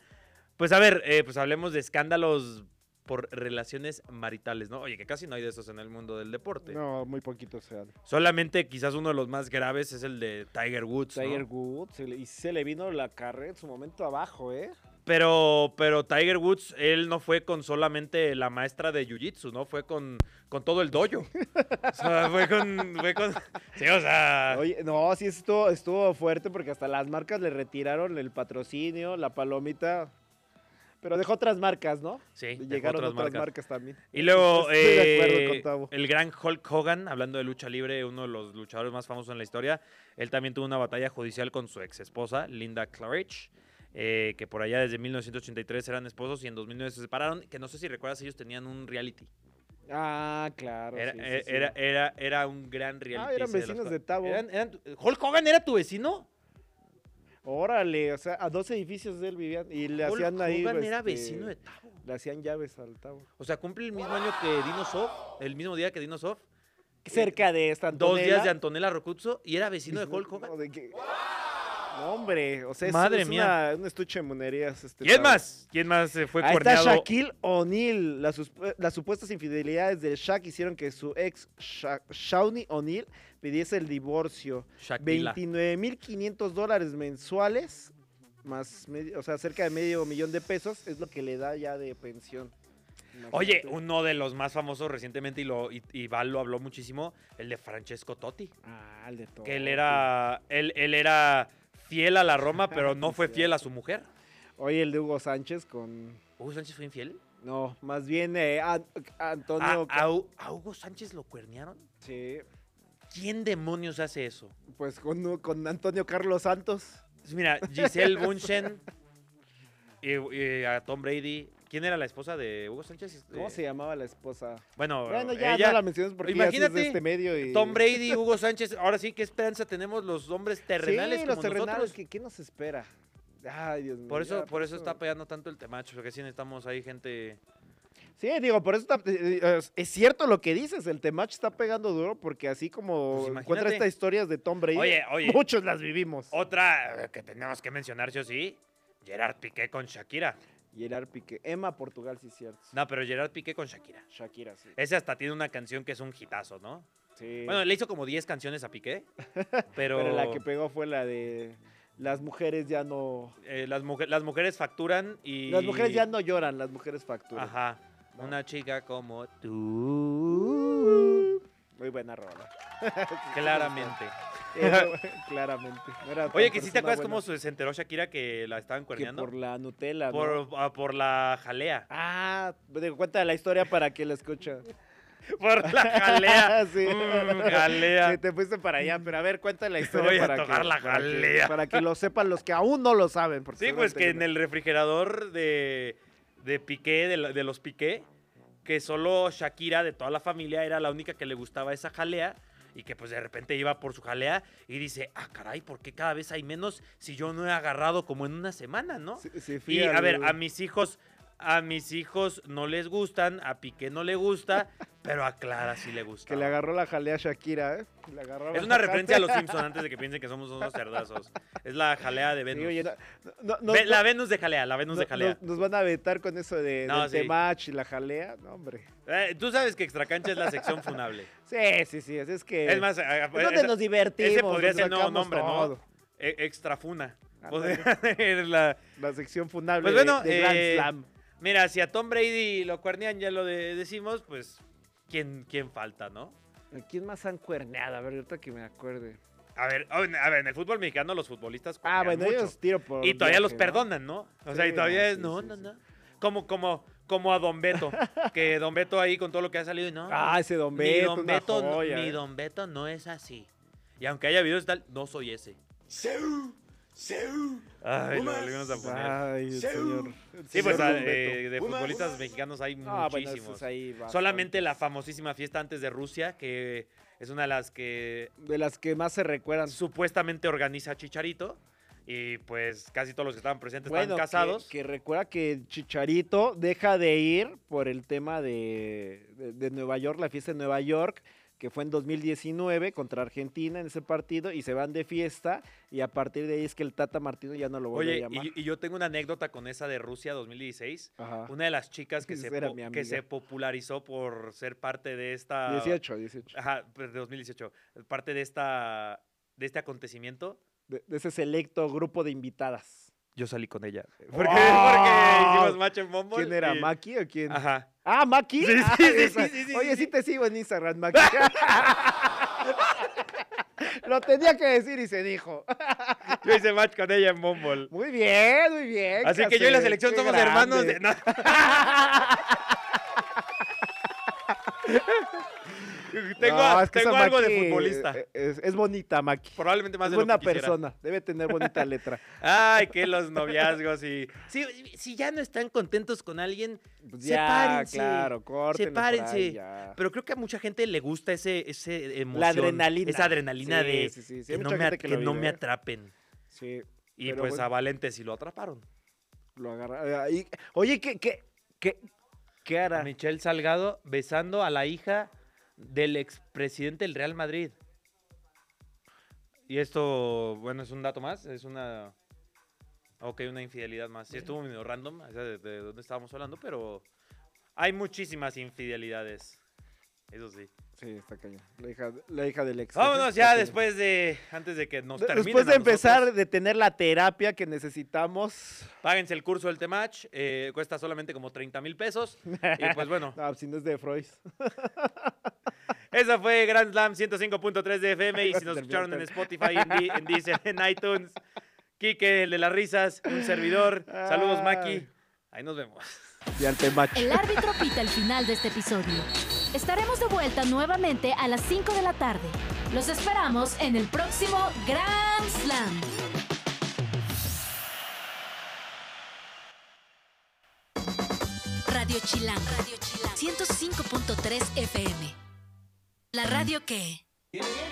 Speaker 2: Pues a ver, eh, pues hablemos de escándalos por relaciones maritales, ¿no? Oye, que casi no hay de esos en el mundo del deporte.
Speaker 3: No, muy poquito se
Speaker 2: Pues
Speaker 3: dan.
Speaker 2: Solamente quizás uno de los más graves es el de Tiger Woods. ¿no?
Speaker 3: Tiger Woods. se le- Y se le vino la carrera en su momento abajo, ¿eh?
Speaker 2: Pero, pero Tiger Woods, él no fue con solamente la maestra de Jiu-Jitsu, ¿no? Fue con, con todo el dojo. O sea, fue con... Fue con sí, o sea...
Speaker 3: Oye, no, sí estuvo, estuvo fuerte porque hasta las marcas le retiraron el patrocinio, la palomita. Pero dejó otras marcas, ¿no?
Speaker 2: Sí, dejó
Speaker 3: Llegaron
Speaker 2: otras
Speaker 3: otras,
Speaker 2: marcas.
Speaker 3: marcas. también.
Speaker 2: Y luego,
Speaker 3: Estoy de acuerdo
Speaker 2: eh,
Speaker 3: con Tavo.
Speaker 2: el gran Hulk Hogan, hablando de lucha libre, uno de los luchadores más famosos en la historia, él también tuvo una batalla judicial con su ex esposa, Linda Claridge, eh, que por allá desde 1983 eran esposos y en 2009 se separaron, que no sé si recuerdas, ellos tenían un reality.
Speaker 3: Ah, claro.
Speaker 2: Era,
Speaker 3: sí, sí,
Speaker 2: e-
Speaker 3: sí.
Speaker 2: era, era, era un gran reality.
Speaker 3: Ah, eran
Speaker 2: ese de las
Speaker 3: vecinos
Speaker 2: cosas.
Speaker 3: de Tavo.
Speaker 2: Eran- eran tu- ¿Hulk Hogan era tu vecino?
Speaker 3: Órale, o sea, a dos edificios de él vivían y le
Speaker 2: Hulk
Speaker 3: hacían ahí.
Speaker 2: Hogan era
Speaker 3: este,
Speaker 2: vecino de Tavo.
Speaker 3: Le hacían llaves al Tavo.
Speaker 2: O sea, cumple el mismo año que Dinosoft, el mismo día que Dinosoft.
Speaker 3: Cerca de esta
Speaker 2: Dos días de
Speaker 3: Antonella.
Speaker 2: Antonella Rocuzzo y era vecino de Hulk Hogan.
Speaker 3: No, de que- No, hombre, o sea, es-
Speaker 2: Madre
Speaker 3: es
Speaker 2: mía.
Speaker 3: una- un estuche de monerías. Este
Speaker 2: ¿Quién
Speaker 3: Tavo.
Speaker 2: más? ¿Quién más eh, fue
Speaker 3: Ahí está
Speaker 2: cuerneado?
Speaker 3: Shaquille O'Neal. Las, sus- eh, las supuestas infidelidades del Shaq hicieron que su ex Sha- Shawnee O'Neal pidiese el divorcio.
Speaker 2: Shaquilla.
Speaker 3: 29.500 dólares mensuales, más medio- o sea, cerca de medio millón de pesos, es lo que le da ya de pensión.
Speaker 2: Oye,
Speaker 3: Imagínate.
Speaker 2: uno de los más famosos recientemente y, lo, y, y Val lo habló muchísimo, el de Francesco Totti.
Speaker 3: Ah, el de todo.
Speaker 2: Que él era, él, él era fiel a la Roma, pero no fue fiel a su mujer.
Speaker 3: Oye, el de Hugo Sánchez con.
Speaker 2: ¿Hugo Sánchez fue infiel?
Speaker 3: No, más bien eh, An-
Speaker 2: ¿A,
Speaker 3: Antonio.
Speaker 2: a Hu- a Hugo Sánchez lo cuernearon?
Speaker 3: Sí,
Speaker 2: ¿Quién demonios hace eso?
Speaker 3: pues con, con Antonio Carlos Santos.
Speaker 2: Pues Mira, Giselle Bunchen y, y a Tom Brady. ¿Quién era la esposa de Hugo Sánchez?
Speaker 3: ¿Cómo
Speaker 2: Eh,
Speaker 3: se llamaba la esposa?
Speaker 2: Bueno,
Speaker 3: Bueno, ya
Speaker 2: ella-
Speaker 3: no la mencionas porque ya sí es
Speaker 2: Eh,
Speaker 3: de
Speaker 2: imagínate,
Speaker 3: este medio y-
Speaker 2: Tom Brady, Hugo Sánchez. Ahora sí, ¿qué esperanza tenemos los hombres terrenales
Speaker 3: sí,
Speaker 2: como
Speaker 3: los terrenales,
Speaker 2: nosotros?
Speaker 3: ¿qué, qué nos espera? Ay, Dios mío.
Speaker 2: Por eso,
Speaker 3: ya,
Speaker 2: por eso está pegando tanto el temacho, porque sí necesitamos ahí gente.
Speaker 3: Sí, digo, por eso está- eh, eh, es cierto lo que dices, el Temach está pegando duro porque así como
Speaker 2: Pues
Speaker 3: encuentra
Speaker 2: imagínate.
Speaker 3: estas historias de Tom Brady,
Speaker 2: Oye, oye.
Speaker 3: muchos las vivimos.
Speaker 2: Otra eh, que tenemos que mencionar, sí o sí, Gerard Piqué con Shakira.
Speaker 3: Gerard Piqué, Emma Portugal, sí es cierto.
Speaker 2: No, pero Gerard Piqué con Shakira.
Speaker 3: Shakira, sí.
Speaker 2: Ese hasta tiene una canción que es un hitazo, ¿no?
Speaker 3: Sí.
Speaker 2: Bueno, le hizo como 10 canciones a Piqué, pero,
Speaker 3: pero... la que pegó fue la de las mujeres ya no...
Speaker 2: eh, las, muje- las mujeres facturan y...
Speaker 3: Las mujeres ya no lloran, las mujeres facturan.
Speaker 2: Ajá. Una chica como tú,
Speaker 3: Muy buena rola.
Speaker 2: claramente.
Speaker 3: Eso, claramente. No era
Speaker 2: Oye,
Speaker 3: tan
Speaker 2: que si te
Speaker 3: persona
Speaker 2: acuerdas
Speaker 3: buena
Speaker 2: cómo se se enteró Shakira que la estaban
Speaker 3: que
Speaker 2: cuerneando.
Speaker 3: por la Nutella, ¿no?
Speaker 2: Por, ah, por la jalea.
Speaker 3: Ah, digo, cuenta la historia para que la escucha.
Speaker 2: Por la jalea.
Speaker 3: Sí.
Speaker 2: Mm, jalea.
Speaker 3: Sí, te fuiste para allá, pero a ver, cuenta la historia
Speaker 2: voy a
Speaker 3: para,
Speaker 2: tocar
Speaker 3: que,
Speaker 2: la
Speaker 3: para que-
Speaker 2: jalea.
Speaker 3: para que lo sepan los que aún no lo saben. porque
Speaker 2: Sí, pues
Speaker 3: seguramente
Speaker 2: que
Speaker 3: ya
Speaker 2: en
Speaker 3: no.
Speaker 2: el refrigerador de, de Piqué, de, la- de los Piqué, que solo Shakira de toda la familia era la única que le gustaba esa jalea. Y que pues de repente iba por su jalea y dice, ah, caray, ¿por qué cada vez hay menos si yo no he agarrado como en una semana, no?
Speaker 3: Sí, sí, fui
Speaker 2: Y a
Speaker 3: al-
Speaker 2: ver, a mis hijos, a mis hijos no les gustan, a Piqué no le gusta, Pero a Clara sí le gusta.
Speaker 3: Que le agarró la jalea a Shakira, ¿eh? Le agarró
Speaker 2: Es
Speaker 3: la
Speaker 2: una
Speaker 3: jalea.
Speaker 2: referencia a los Simpsons antes de que piensen que somos unos cerdazos. Es la jalea de Venus.
Speaker 3: Sí, oye, no- no- no-
Speaker 2: Ve-
Speaker 3: no-
Speaker 2: la Venus de jalea, la Venus de
Speaker 3: no-
Speaker 2: jalea.
Speaker 3: Nos, nos van a vetar con eso de,
Speaker 2: No,
Speaker 3: del
Speaker 2: sí.
Speaker 3: temach y la jalea. No, hombre.
Speaker 2: Eh, Tú sabes que Extracancha es la sección funable.
Speaker 3: Sí, sí, sí. Es, es que.
Speaker 2: Es más, a- a-
Speaker 3: es donde
Speaker 2: esa-
Speaker 3: nos divertimos.
Speaker 2: Ese podría
Speaker 3: donde
Speaker 2: ser el nuevo
Speaker 3: sacamos
Speaker 2: nombre, ¿no?
Speaker 3: todo.
Speaker 2: E- Extrafuna.
Speaker 3: Ándale.
Speaker 2: Podría ser la.
Speaker 3: La sección fundable
Speaker 2: Pues bueno,
Speaker 3: de, de Grand
Speaker 2: eh,
Speaker 3: Slam.
Speaker 2: Mira, si a Tom Brady lo cuernean, ya lo de- decimos, pues, ¿quién, ¿quién falta, no?
Speaker 3: ¿A ¿Quién más han cuerneado? A ver, ahorita que me acuerde.
Speaker 2: A ver, a ver, a ver, en el fútbol mexicano los futbolistas
Speaker 3: Ah,
Speaker 2: cuernean
Speaker 3: bueno,
Speaker 2: mucho.
Speaker 3: ellos tiro por.
Speaker 2: Y todavía los
Speaker 3: viaje, ¿no?
Speaker 2: perdonan, ¿no? O sea, y
Speaker 3: Sí,
Speaker 2: todavía
Speaker 3: no,
Speaker 2: es,
Speaker 3: sí,
Speaker 2: no,
Speaker 3: sí,
Speaker 2: no,
Speaker 3: sí.
Speaker 2: no. Como, como, como a Don Beto, que Don Beto ahí con todo lo que ha salido, no.
Speaker 3: Ah, ese Don
Speaker 2: mi
Speaker 3: Beto,
Speaker 2: Don
Speaker 3: una
Speaker 2: Beto, no-
Speaker 3: joya,
Speaker 2: mi
Speaker 3: eh.
Speaker 2: Don Beto no es así. Y aunque haya videos y tal, no soy ese. Ay, lo volvimos a poner.
Speaker 3: Ay, el señor. el
Speaker 2: Sí, pues ah,
Speaker 3: Ah, señor Don Beto.
Speaker 2: eh, de futbolistas mexicanos hay
Speaker 3: Ah, bueno,
Speaker 2: muchísimos.
Speaker 3: eso es ahí bastante.
Speaker 2: Solamente la famosísima fiesta antes de Rusia, que es una de las que
Speaker 3: De las que más se recuerdan.
Speaker 2: supuestamente organiza Chicharito. Y pues casi todos los que estaban presentes
Speaker 3: Bueno,
Speaker 2: estaban
Speaker 3: que-
Speaker 2: casados.
Speaker 3: Que, recuerda que Chicharito deja de ir por el tema de, de- de Nueva York, la fiesta de Nueva York, que fue en 2019 contra Argentina en ese partido, y se van de fiesta, y a partir de ahí es que el Tata Martino ya no lo vuelve
Speaker 2: Oye,
Speaker 3: a llamar.
Speaker 2: y, y yo tengo una anécdota con esa de Rusia 2016.
Speaker 3: Ajá.
Speaker 2: Una de las chicas que se,
Speaker 3: Ah. Esa era
Speaker 2: po-
Speaker 3: mi
Speaker 2: que
Speaker 3: amiga.
Speaker 2: se popularizó por ser parte de esta...
Speaker 3: 18, 18.
Speaker 2: Ajá, pues, de 2018. Parte de, esta, de este acontecimiento.
Speaker 3: De, de ese selecto grupo de invitadas.
Speaker 2: Yo salí con ella. Porque,
Speaker 3: ¡Wow!
Speaker 2: porque hicimos match en Bumble.
Speaker 3: ¿Quién era?
Speaker 2: y-
Speaker 3: ¿Maki o quién?
Speaker 2: Ajá.
Speaker 3: Ah, Maki.
Speaker 2: Sí, sí,
Speaker 3: Ah,
Speaker 2: sí, sí,
Speaker 3: esa.
Speaker 2: sí, sí,
Speaker 3: Oye,
Speaker 2: sí,
Speaker 3: sí
Speaker 2: sí.
Speaker 3: te sigo en Instagram, Maki. Lo tenía que decir y se dijo.
Speaker 2: Yo hice match con ella en Bumble.
Speaker 3: Muy bien, muy bien.
Speaker 2: Así que yo y la
Speaker 3: Cassette,
Speaker 2: selección
Speaker 3: qué
Speaker 2: somos
Speaker 3: grande.
Speaker 2: hermanos. de- no. tengo
Speaker 3: No, es que
Speaker 2: tengo
Speaker 3: esa
Speaker 2: algo de
Speaker 3: Maki,
Speaker 2: futbolista.
Speaker 3: eh, Es, es bonita, Maki.
Speaker 2: Probablemente más
Speaker 3: Es
Speaker 2: de lo que
Speaker 3: buena
Speaker 2: quisiera.
Speaker 3: persona. Debe tener bonita letra.
Speaker 2: Ay, que los noviazgos y. Si, si ya no están contentos con alguien,
Speaker 3: Pues
Speaker 2: sepárense.
Speaker 3: claro, córtenlo por ahí,
Speaker 2: sepárense.
Speaker 3: ya.
Speaker 2: Pero creo que a mucha gente le gusta ese, ese emoción.
Speaker 3: adrenalina.
Speaker 2: Esa adrenalina
Speaker 3: Sí,
Speaker 2: de
Speaker 3: sí, sí, sí, hay
Speaker 2: que, no
Speaker 3: mucha
Speaker 2: me,
Speaker 3: gente
Speaker 2: at- que
Speaker 3: que lo
Speaker 2: no
Speaker 3: vive,
Speaker 2: me
Speaker 3: ¿eh?
Speaker 2: atrapen.
Speaker 3: Sí.
Speaker 2: Y
Speaker 3: pero
Speaker 2: pues
Speaker 3: bueno.
Speaker 2: a Valente sí lo atraparon.
Speaker 3: Lo agarra. ahí. Oye, ¿qué, qué, qué, qué hará?
Speaker 2: Michelle Salgado besando a la hija del expresidente del Real Madrid. Y esto, bueno, es un dato más, es una... Ok, una infidelidad más. Sí, estuvo medio random, o sea, de, de dónde estábamos hablando, pero hay muchísimas infidelidades. Eso sí.
Speaker 3: Sí, está cañón. La hija, la hija del ex.
Speaker 2: Vámonos
Speaker 3: Está
Speaker 2: ya
Speaker 3: cañón.
Speaker 2: después de... Antes de que nos
Speaker 3: De-
Speaker 2: terminen
Speaker 3: Después de
Speaker 2: a
Speaker 3: empezar,
Speaker 2: nosotros.
Speaker 3: de tener la terapia que necesitamos.
Speaker 2: Páguense el curso del Temach, eh, cuesta solamente como 30 mil pesos. Y pues bueno,
Speaker 3: No, Ah, si no es de Freud.
Speaker 2: Esa fue Grand Slam 105.3 de FM. Y si nos
Speaker 3: Terminó,
Speaker 2: escucharon en
Speaker 3: terminó.
Speaker 2: Spotify, en, Di- en Deezer, en iTunes, Quique, el de las risas, un servidor. Saludos, Maki.
Speaker 3: Ay.
Speaker 2: Ahí nos vemos.
Speaker 3: Y al temacho.
Speaker 4: El árbitro pita el final de este episodio. Estaremos de vuelta nuevamente a las 5 de la tarde. Los esperamos en el próximo Grand Slam. Radio Chilango. 105.3 FM. La radio que...
Speaker 6: Tiene